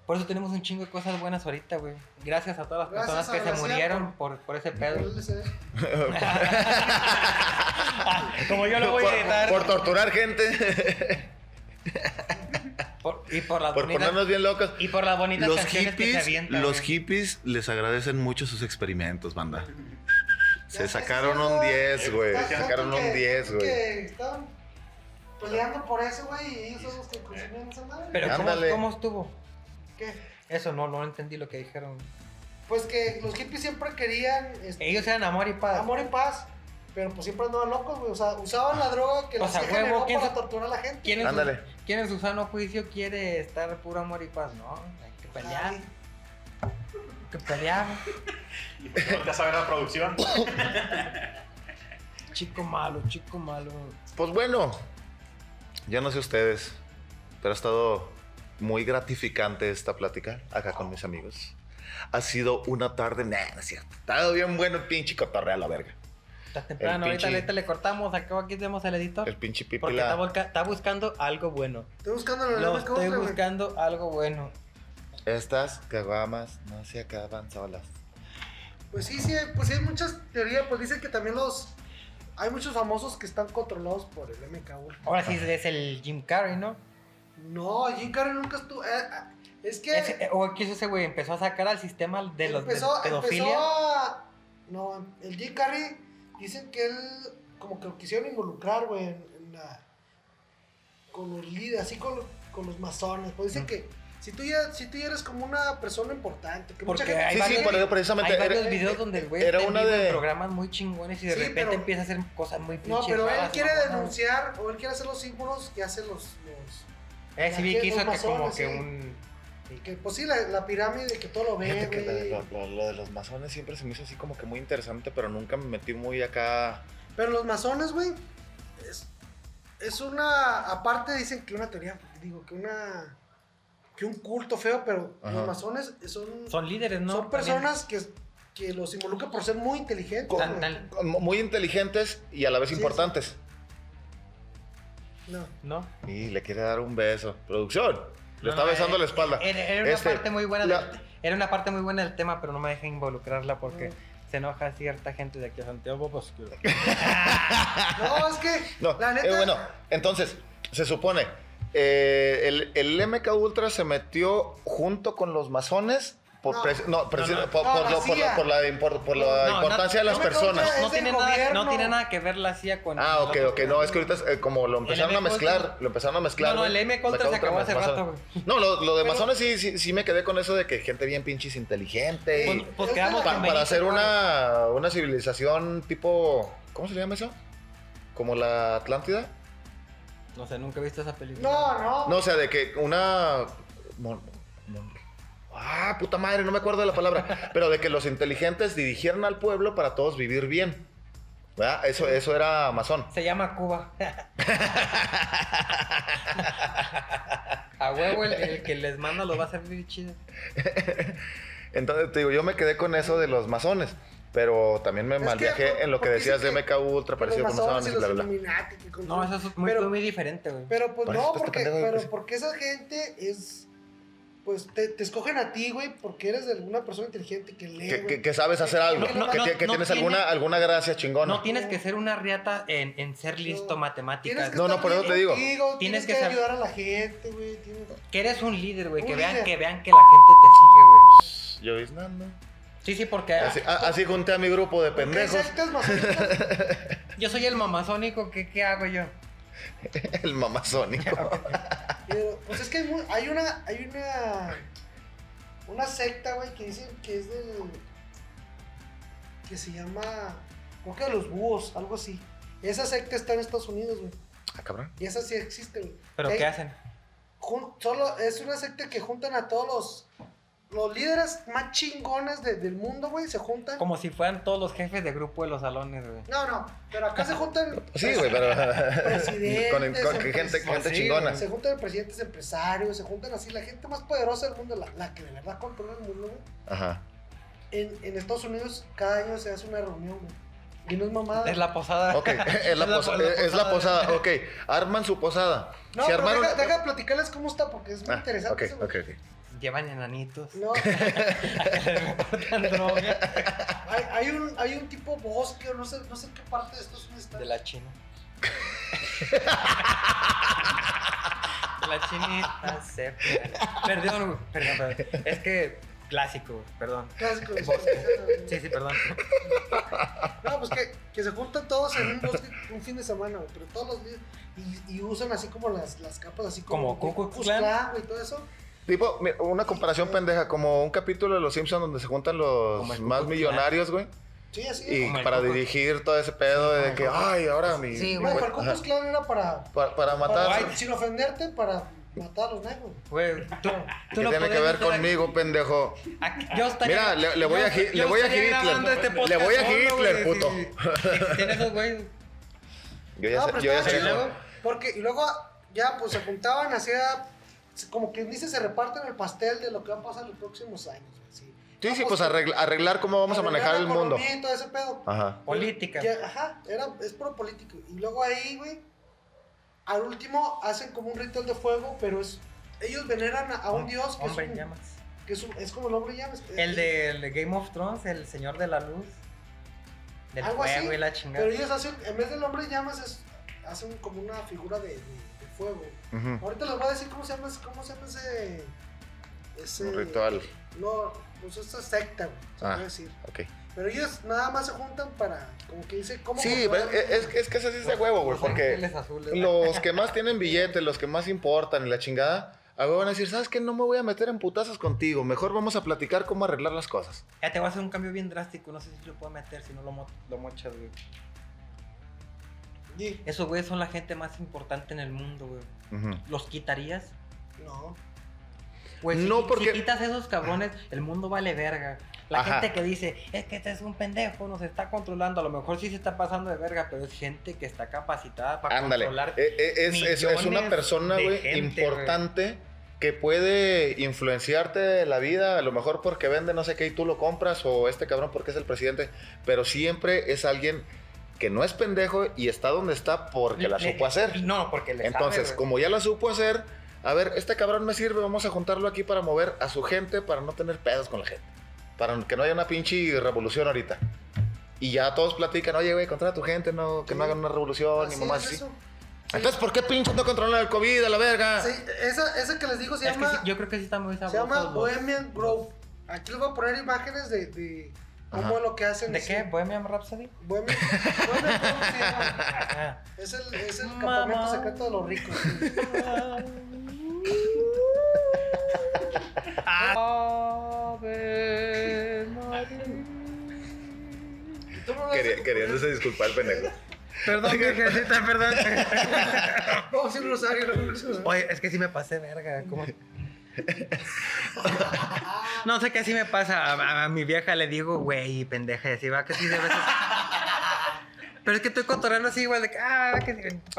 A: Por eso tenemos un chingo de cosas buenas ahorita, güey. Gracias a todas las
B: Gracias
A: personas
B: a
A: que
B: la
A: se
B: CIA
A: murieron por, por ese pedo. Como yo lo voy
C: por,
A: a editar.
C: por torturar gente,
A: Por- y por las
C: por
A: bonitas,
C: ponernos bien locos.
A: y por las bonitas
C: Los
A: canciones que se
C: hippies,
A: avientan. ¿eh?
C: los
A: güey.
C: hippies les agradecen mucho sus experimentos, banda.
B: Ya
C: Se
B: sé,
C: sacaron
B: sí,
C: un
B: güey.
C: 10, güey.
B: Tanto
C: Se sacaron
B: que-
C: un 10,
B: tanto
C: güey.
B: que Estaban peleando por eso, güey, y ellos son los que consumían esa madre.
A: Pero ¿cómo,
C: Ándale.
A: cómo estuvo?
B: ¿Qué?
A: Eso no, no entendí lo que dijeron.
B: Pues que los hippies siempre querían este,
A: Ellos eran amor y paz.
B: amor y paz, pero pues siempre andaban locos, güey. O sea, usaban la droga que
A: O
B: los
A: sea,
B: que
A: Pues, huevo,
B: generó
A: ¿quién
B: para
A: se-
B: torturar a la gente. Ah,
A: ¿Quién en,
C: Ándale.
A: su, quién en su sano juicio quiere estar puro amor y paz? No, hay que pelear.
B: Ay,
A: Hay que pelear.
G: Y pues, volteas a ver la producción.
A: Chico malo, chico malo.
C: Pues bueno, yo no sé ustedes, pero ha estado muy gratificante esta plática acá con mis amigos. Ha sido una tarde, nah, no es cierto. Ha estado bien bueno, pinche cotorrea a la verga.
A: Está temprano,
C: El
A: ahorita,
C: pinche-
A: ahorita le cortamos. Acá aquí tenemos al editor.
C: El pinche
A: porque está,
C: pipila.
A: volca- está buscando algo bueno.
B: Estoy buscando la
A: Lo
B: verdad, ¿cómo
A: estoy
B: otra, güey?
A: buscando algo bueno.
C: Estas caguamas no se acaban solas.
B: Pues sí, sí, pues sí hay muchas teorías. Pues dicen que también los. Hay muchos famosos que están controlados por el MK Ultra.
A: Ahora sí es el Jim Carrey, ¿no?
B: No, Jim Carrey nunca estuvo. eh, eh, es que.
A: Ese- eh, o que hizo ese güey, empezó a sacar al sistema de los de
B: empezó,
A: pedofilia.
B: empezó a- No, el Jim Carrey. Dicen que él. Como que lo quisieron involucrar, güey. En, en la- con los líderes, así con, con los masones. Pues dicen
A: Mm.
B: que. Si tú, ya, si tú ya eres como una persona importante, que mucha
A: Porque
B: gente
A: hay
C: Sí,
A: varios-
C: sí, por eso precisamente. eh,
A: Hay varios
C: era-
A: videos donde el güey
C: era
A: está en
C: una
A: vivo en
C: de-
A: programas muy chingones y de
B: Sí,
A: repente
B: pero-
A: empieza a hacer cosas muy
B: No,
A: pinches
B: pero él
A: raras,
B: quiere
A: mamonas.
B: denunciar o él quiere hacer los símbolos que hacen los. los-
A: Eh, sí vi que
B: Aquí
A: hizo
B: es un
A: que como
B: masón,
A: que
B: sí.
A: un...
B: que, pues sí, la, la pirámide que todo lo ve,
C: Fíjate que lo, de-
B: güey.
C: lo- lo- lo de los masones siempre se me hizo así como que muy interesante, pero nunca me metí muy acá.
B: Pero los masones, güey, es, es una. Aparte dicen que una teoría, digo, que una. que un culto feo, pero
C: Ajá.
B: los masones son.
A: Son líderes, ¿no?
B: son personas que, que los involucran por ser muy inteligentes.
A: Tan-
B: güey.
A: tan-
C: como Muy inteligentes y a la vez
B: Sí,
C: importantes.
B: No.
A: ¿No?
C: Y le quiere dar un beso. Producción.
A: No,
C: Le está
A: no,
C: besando
A: eh,
C: la espalda.
A: Era, era una
C: Este,
A: parte muy buena
C: la-
A: del, era una parte muy buena del tema, pero no me dejé involucrarla porque
B: No.
A: se enoja cierta gente de aquí a Santiago. Pues, que-
B: No, es que.
C: No,
B: la neta.
C: eh, bueno, entonces, se supone, eh, el, el MK Ultra se metió junto con los masones por,
B: No.
C: pres- no, presi-
A: No, no.
C: por,
B: No,
C: por
B: la
C: lo- por la,
B: CIA.
C: por la impor- por la
A: No, no,
C: importancia de las
B: MK Ultra
C: personas.
B: es
A: no,
B: del
A: tiene nada, no
B: gobierno.
A: tiene nada que ver la CIA con...
C: Ah, ok, ok. No, es que ahorita eh, como lo empezaron a
A: MK Ultra-
C: mezclar, lo empezaron a mezclar.
A: No, no, el
C: güey,
A: MK Ultra se acabó hace
C: masones.
A: rato, güey.
C: No, lo, lo de
B: Pero-
C: masones sí, sí, sí me quedé con eso de que gente bien pinches inteligente.
A: Pues,
C: y
A: pues
B: eh, Es
A: quedamos
B: que-
C: pa-
A: con
C: para
A: Benito
C: hacer
A: Juárez.
C: una, una civilización tipo... ¿Cómo se llama eso? ¿Como la Atlántida?
A: No sé, nunca he visto esa película.
B: No, no.
C: No, o sea, de que una. mon- mon- ah, puta madre, no me acuerdo de la palabra. Pero de que los inteligentes dirigieran al pueblo para todos vivir bien. ¿Verdad? Eso, eso era masón.
A: Se llama Cuba. a huevo el, el que les manda lo va a hacer bien chido.
C: Entonces, te digo, yo me quedé con eso de los masones. Pero también me
B: Es
C: malviajé
B: que,
C: en lo que
B: porque
C: decías de
B: dicen que
C: MK Ultra, parecido
B: los
C: con masones y
B: los
C: bla, bla, bla.
B: Illuminati, que con-
A: No, eso es muy,
B: Pero-
A: muy diferente, güey.
B: Pero pues
C: Por
B: no,
C: eso está
B: porque,
C: pendejo,
B: pero
C: pues.
B: porque esa gente es. Pues te, te escogen a ti, güey, porque eres de alguna persona inteligente que lee.
C: Que,
B: güey.
C: que- que sabes hacer algo,
A: No, no,
C: que,
A: no,
C: tie- que
A: no
C: tienes
A: tiene-
C: alguna, alguna gracia chingona.
A: no tienes que ser una riata en, en ser listo
B: No. Tienes
A: matemáticas.
B: que
C: No, no,
B: estar
C: por eso te
B: bien
C: digo.
B: contigo, Tienes,
A: que
B: que,
A: saber-
B: ayudar a la gente, güey. tienes-
A: Que eres un líder, güey.
B: Un
A: Que vean,
B: líder.
A: que vean que la gente te sigue, güey.
C: Yo biznando.
A: Sí, Ah, sí, porque
C: Así, a- así junté a mi grupo de pendejos.
B: Porque sectas masónicas-
A: yo soy el mamazónico. ¿Qué, qué hago yo?
C: El mamazónico.
B: pero, Pues es que hay, mu- hay una. Hay una. Una secta, güey, que dicen que es del. Que se llama. Creo que de los búhos, algo así. Esa secta está en Estados Unidos, güey.
C: Ah, cabrón.
B: Y esa sí existe, güey.
A: ¿Pero
B: Que
A: qué
B: hay-
A: hacen?
B: jun- solo es una secta que juntan a todos los los líderes más chingones de- del mundo, güey, se juntan.
A: Como si fueran todos los jefes de grupo de los salones, güey.
B: No, no, pero acá se juntan
C: Sí, güey, pero.
B: presidentes,
C: con, con- con gente,
B: empresarios,
C: gente
A: sí,
C: chingona.
B: Pues se juntan presidentes empresarios, se juntan así la gente más poderosa del mundo, la, la que de verdad controla el mundo, güey.
C: Ajá.
B: En, en Estados Unidos cada año se hace una reunión, güey. Y no es mamada.
A: Es la posada.
C: Ok, es la, posa-
A: po-
C: es la
A: de-
C: posada. Ok, arman su posada.
B: No,
C: Se
B: pero
C: armaron.
B: deja, deja platicarles cómo está porque es muy
C: Ah,
B: interesante.
C: ok,
B: eso, güey.
C: ok, ok.
A: Llevan enanitos.
B: No,
A: Tan droga.
B: hay, hay un, hay un tipo bosque, o no sé, no sé en qué parte de Estados Unidos está.
A: De la china. De la chinita se fue. Perdón, güey. Perdón, perdón. Es que clásico, güey. Perdón.
B: Clásico, sí,
A: Sí, sí, perdón.
B: No, pues que, que se juntan todos en un bosque un fin de semana, güey, pero todos los días. Y, y usan así como las, las capas, así como.
A: Como Ku Klux
B: Ku Klux
A: Klan.
B: Klan, güey, todo eso.
C: Tipo, mi- una comparación pendeja, como un capítulo de Los Simpsons donde se juntan
A: Como
C: los
A: el
C: más
A: Ku Klux Klan.
C: millonarios, güey.
B: Sí, así.
C: Y
A: Como el
C: para
A: Ku Klux-
C: dirigir todo ese pedo
A: Sí,
C: de
A: como
C: que,
A: el Ku Klux-
C: ay, ahora mi.
A: Sí,
B: no,
A: güey.
B: para el Ku
C: Ajá.
B: Klux Klan era para.
C: Pa- para
B: para-
C: matar.
B: sin ofenderte, para matar a los negros.
A: Güey, tú,
C: ¿Qué
A: tú no
C: tiene que
A: podías
C: ver
A: estar aquí.
C: conmigo, pendejo?
A: Aquí- yo estaría-
C: Mira, le- le voy
A: yo-
C: a Hi- le
A: yo
C: voy a
A: estaría
C: Hitler.
A: grabando este
C: Le
A: podcast
C: voy a
A: solo,
C: Hitler,
A: güey,
C: puto.
A: si- si tiene esos güeyes.
C: Yo ya,
B: no,
C: sé-
B: pero
C: yo ya
B: estaba
C: sé-
B: chido, Porque, y luego ya, pues se juntaban, hacía. Como quien dice, se reparten el pastel de lo que va a pasar en los próximos años, güey. Sí,
C: Sí,
B: No,
C: sí, pues arregla- arreglar cómo vamos a
B: arreglar
C: manejar el
B: la
C: mundo. Ah,
B: economía y todo ese pedo.
C: Ajá.
A: Política.
B: Ya, ajá, era, es puro político. Y luego ahí, güey, al último hacen como un ritual de fuego, pero es. Ellos veneran a, a un dios que
A: Hombre en
B: es un,
A: llamas.
B: Que es, un- es como el hombre llama.
A: El del Game of Thrones, el señor de la luz. Del
B: Algo
A: fuego
B: así,
A: y la chingada.
B: Pero ellos hacen, en vez del hombre llamas, es, hacen como una figura de, de- de fuego.
C: Ujú.
B: Ahorita les voy a decir cómo se llama, ese- cómo se llama ese. ese-
C: Un ritual.
B: No, pues esta secta, güey, se
C: Ah.
B: puede decir.
C: Ok.
B: Pero ellos nada más se juntan para, como que dice, ¿cómo?
C: Sí,
B: controlar
C: pero es, es- es que es así de huevo, güey.
A: Los
C: Porque
A: ángeles azules.
C: los que más tienen billetes, los que más importan y la chingada, a huevo van a decir, ¿sabes qué? No me voy a meter en putazas contigo. Mejor vamos a platicar cómo arreglar las cosas.
A: Ya te voy a hacer un cambio bien drástico. No sé si lo puedo meter, si no lo, mo- lo mochas, güey.
B: Di,
A: Esos güeyes son la gente más importante en el mundo, güey.
C: Ujú.
A: ¿Los quitarías?
B: No.
A: Güey, si,
C: No,
A: qui-
C: porque-
A: si quitas esos cabrones, el mundo vale verga. La
C: Ajá.
A: gente que dice, es que este es un pendejo, nos está controlando. A lo mejor sí se está pasando de verga, pero es gente que está capacitada para
C: Ándale.
A: controlar.
C: Eh, eh, Es, es- es una
A: millones
C: persona,
A: de
C: güey,
A: gente,
C: importante que puede influenciarte la vida, a lo mejor porque vende no sé qué y tú lo compras, o este cabrón porque es el presidente, pero siempre es alguien que no es pendejo y está donde está porque la
A: Le-
C: supo hacer.
A: No, porque le sabe,
C: Entonces,
A: güey.
C: como ya la supo hacer, a ver, este cabrón me sirve, vamos a juntarlo aquí para mover a su gente, para no tener pedos con la gente. Para que no haya una pinche revolución ahorita. Y ya todos platican, oye, güey, contra tu gente, no, que no
B: Sí.
C: hagan una revolución, ni
B: Así
C: mamás
B: es
C: así.
B: eso.
C: Entonces, ¿por qué pinche no controlan el COVID a la verga?
B: Sí, esa, esa que les digo se
A: Es que
B: llama,
A: sí, yo creo que sí está muy
B: se
A: sabroso.
B: llama
A: los-
B: Bohemian Grove. Aquí les voy a poner imágenes de, de cómo
C: Ajá.
B: es lo que hacen.
A: ¿De
B: así.
A: qué? ¿Bohemian Rhapsody? Ah.
B: Bohemian, Bohemian Grove se llama.
A: Ajá.
B: Es el, es el
A: Mamá.
B: campamento secreto de los ricos.
A: Ave María.
B: ¿Y tú me vas a
C: Quería-
B: hacer-
C: queriéndose disculpar, pendejo.
A: Perdón, virgencita, perdón.
B: No, sí, un rosario. no, sí, un rosario.
A: Oye, es que sí me pasé verga. ¿cómo? No sé qué sí me pasa. A, a- a mi vieja le digo, güey, pendeja, y así va que sí de veces. Pero es que estoy cotorreando así, igual de que. Ah, que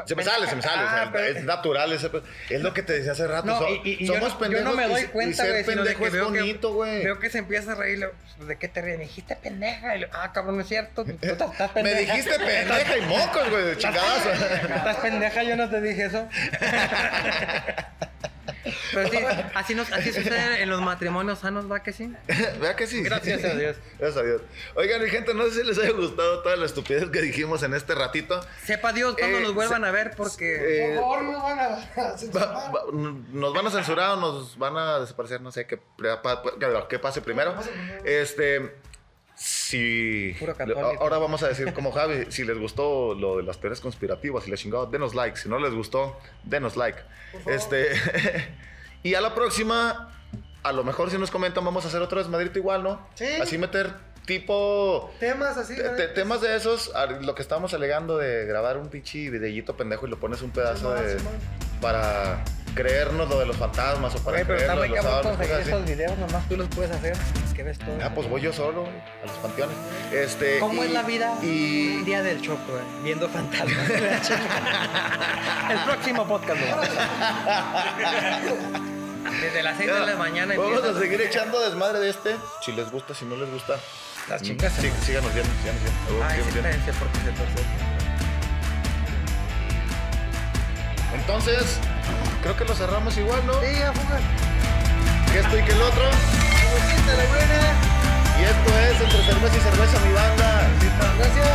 C: Se me sale, se me sale. o sea,
A: Ah, pero-
C: es natural. Es, es lo que te decía hace rato.
A: No,
C: so-
A: y, y- y yo,
C: somos
A: no, yo
C: pendejos.
A: no me
C: y-
A: doy
C: y
A: cuenta,
C: ser
A: güey, sino de
C: pendejo
A: que
C: es
A: veo
C: bonito,
A: que,
C: güey.
A: veo que se empieza a reír. le- pues, ¿De qué te ríes? Me dijiste pendeja. Y le, ah, cabrón, no es cierto. Tú estás, estás
C: Me
A: pendeja.
C: dijiste pendeja y mocos, güey, de chingadas.
A: Estás pendeja, yo no te dije eso. Pero sí, así, nos, así sucede en los matrimonios sanos, ¿va que sí?
C: Vea que sí.
A: Gracias a Dios.
C: Gracias a Dios. Oigan, mi gente, no sé si les haya gustado toda la estupidez que dijimos en este ratito.
A: Sepa Dios cuando
C: Eh,
A: nos vuelvan a ver porque...
C: Eh,
B: Por favor, no van a
C: va-
B: censurar.
C: va- nos van a censurar o nos van a desaparecer, no sé qué, pa- pa- qué pase primero. Este, si.
A: Puro católico.
C: a- Ahora vamos a decir, como Javi, si les gustó lo de las teorías conspirativas y la chingada, denos like. Si no les gustó, denos like.
B: Por favor.
C: Este. y a la próxima, a lo mejor si nos comentan, vamos a hacer otro desmadrito igual, ¿no?
B: Sí.
C: Así meter tipo.
B: Temas así. ¿eh?
C: Te- te- temas de esos, a- lo que estábamos alegando de grabar un pinche videíto pendejo y lo pones un pedazo
B: Simón,
C: de.
B: Simón.
C: para creernos lo de los fantasmas o para
A: Oye, pero está
C: creernos los
A: muy cabrón
C: sábados,
A: conseguir
C: cosas así.
A: esos videos, nomás tú los puedes hacer, que ves todo.
C: Ah, pues voy yo solo güey, a los panteones. Este,
A: ¿Cómo
C: y-
A: es la vida
C: Y
A: un día del choco, eh? viendo fantasmas? El próximo podcast. ¿no? Desde las 6 de la mañana
C: Vamos
A: empieza
C: a seguir echando desmadre de este. Si les gusta, si no les gusta. Mm,
A: las Ah, chicas.
C: Sí, síganos viendo, síganos viendo.
A: Ay, sí,
C: síganos viendo.
A: espérense porque se torció.
C: Entonces, creo que lo cerramos igual, ¿no?
B: Sí, ya, fuga.
C: Que esto y que el otro.
B: Agüita, la buena.
C: Y esto es entre cerveza y cerveza, mi banda.
B: Gracias.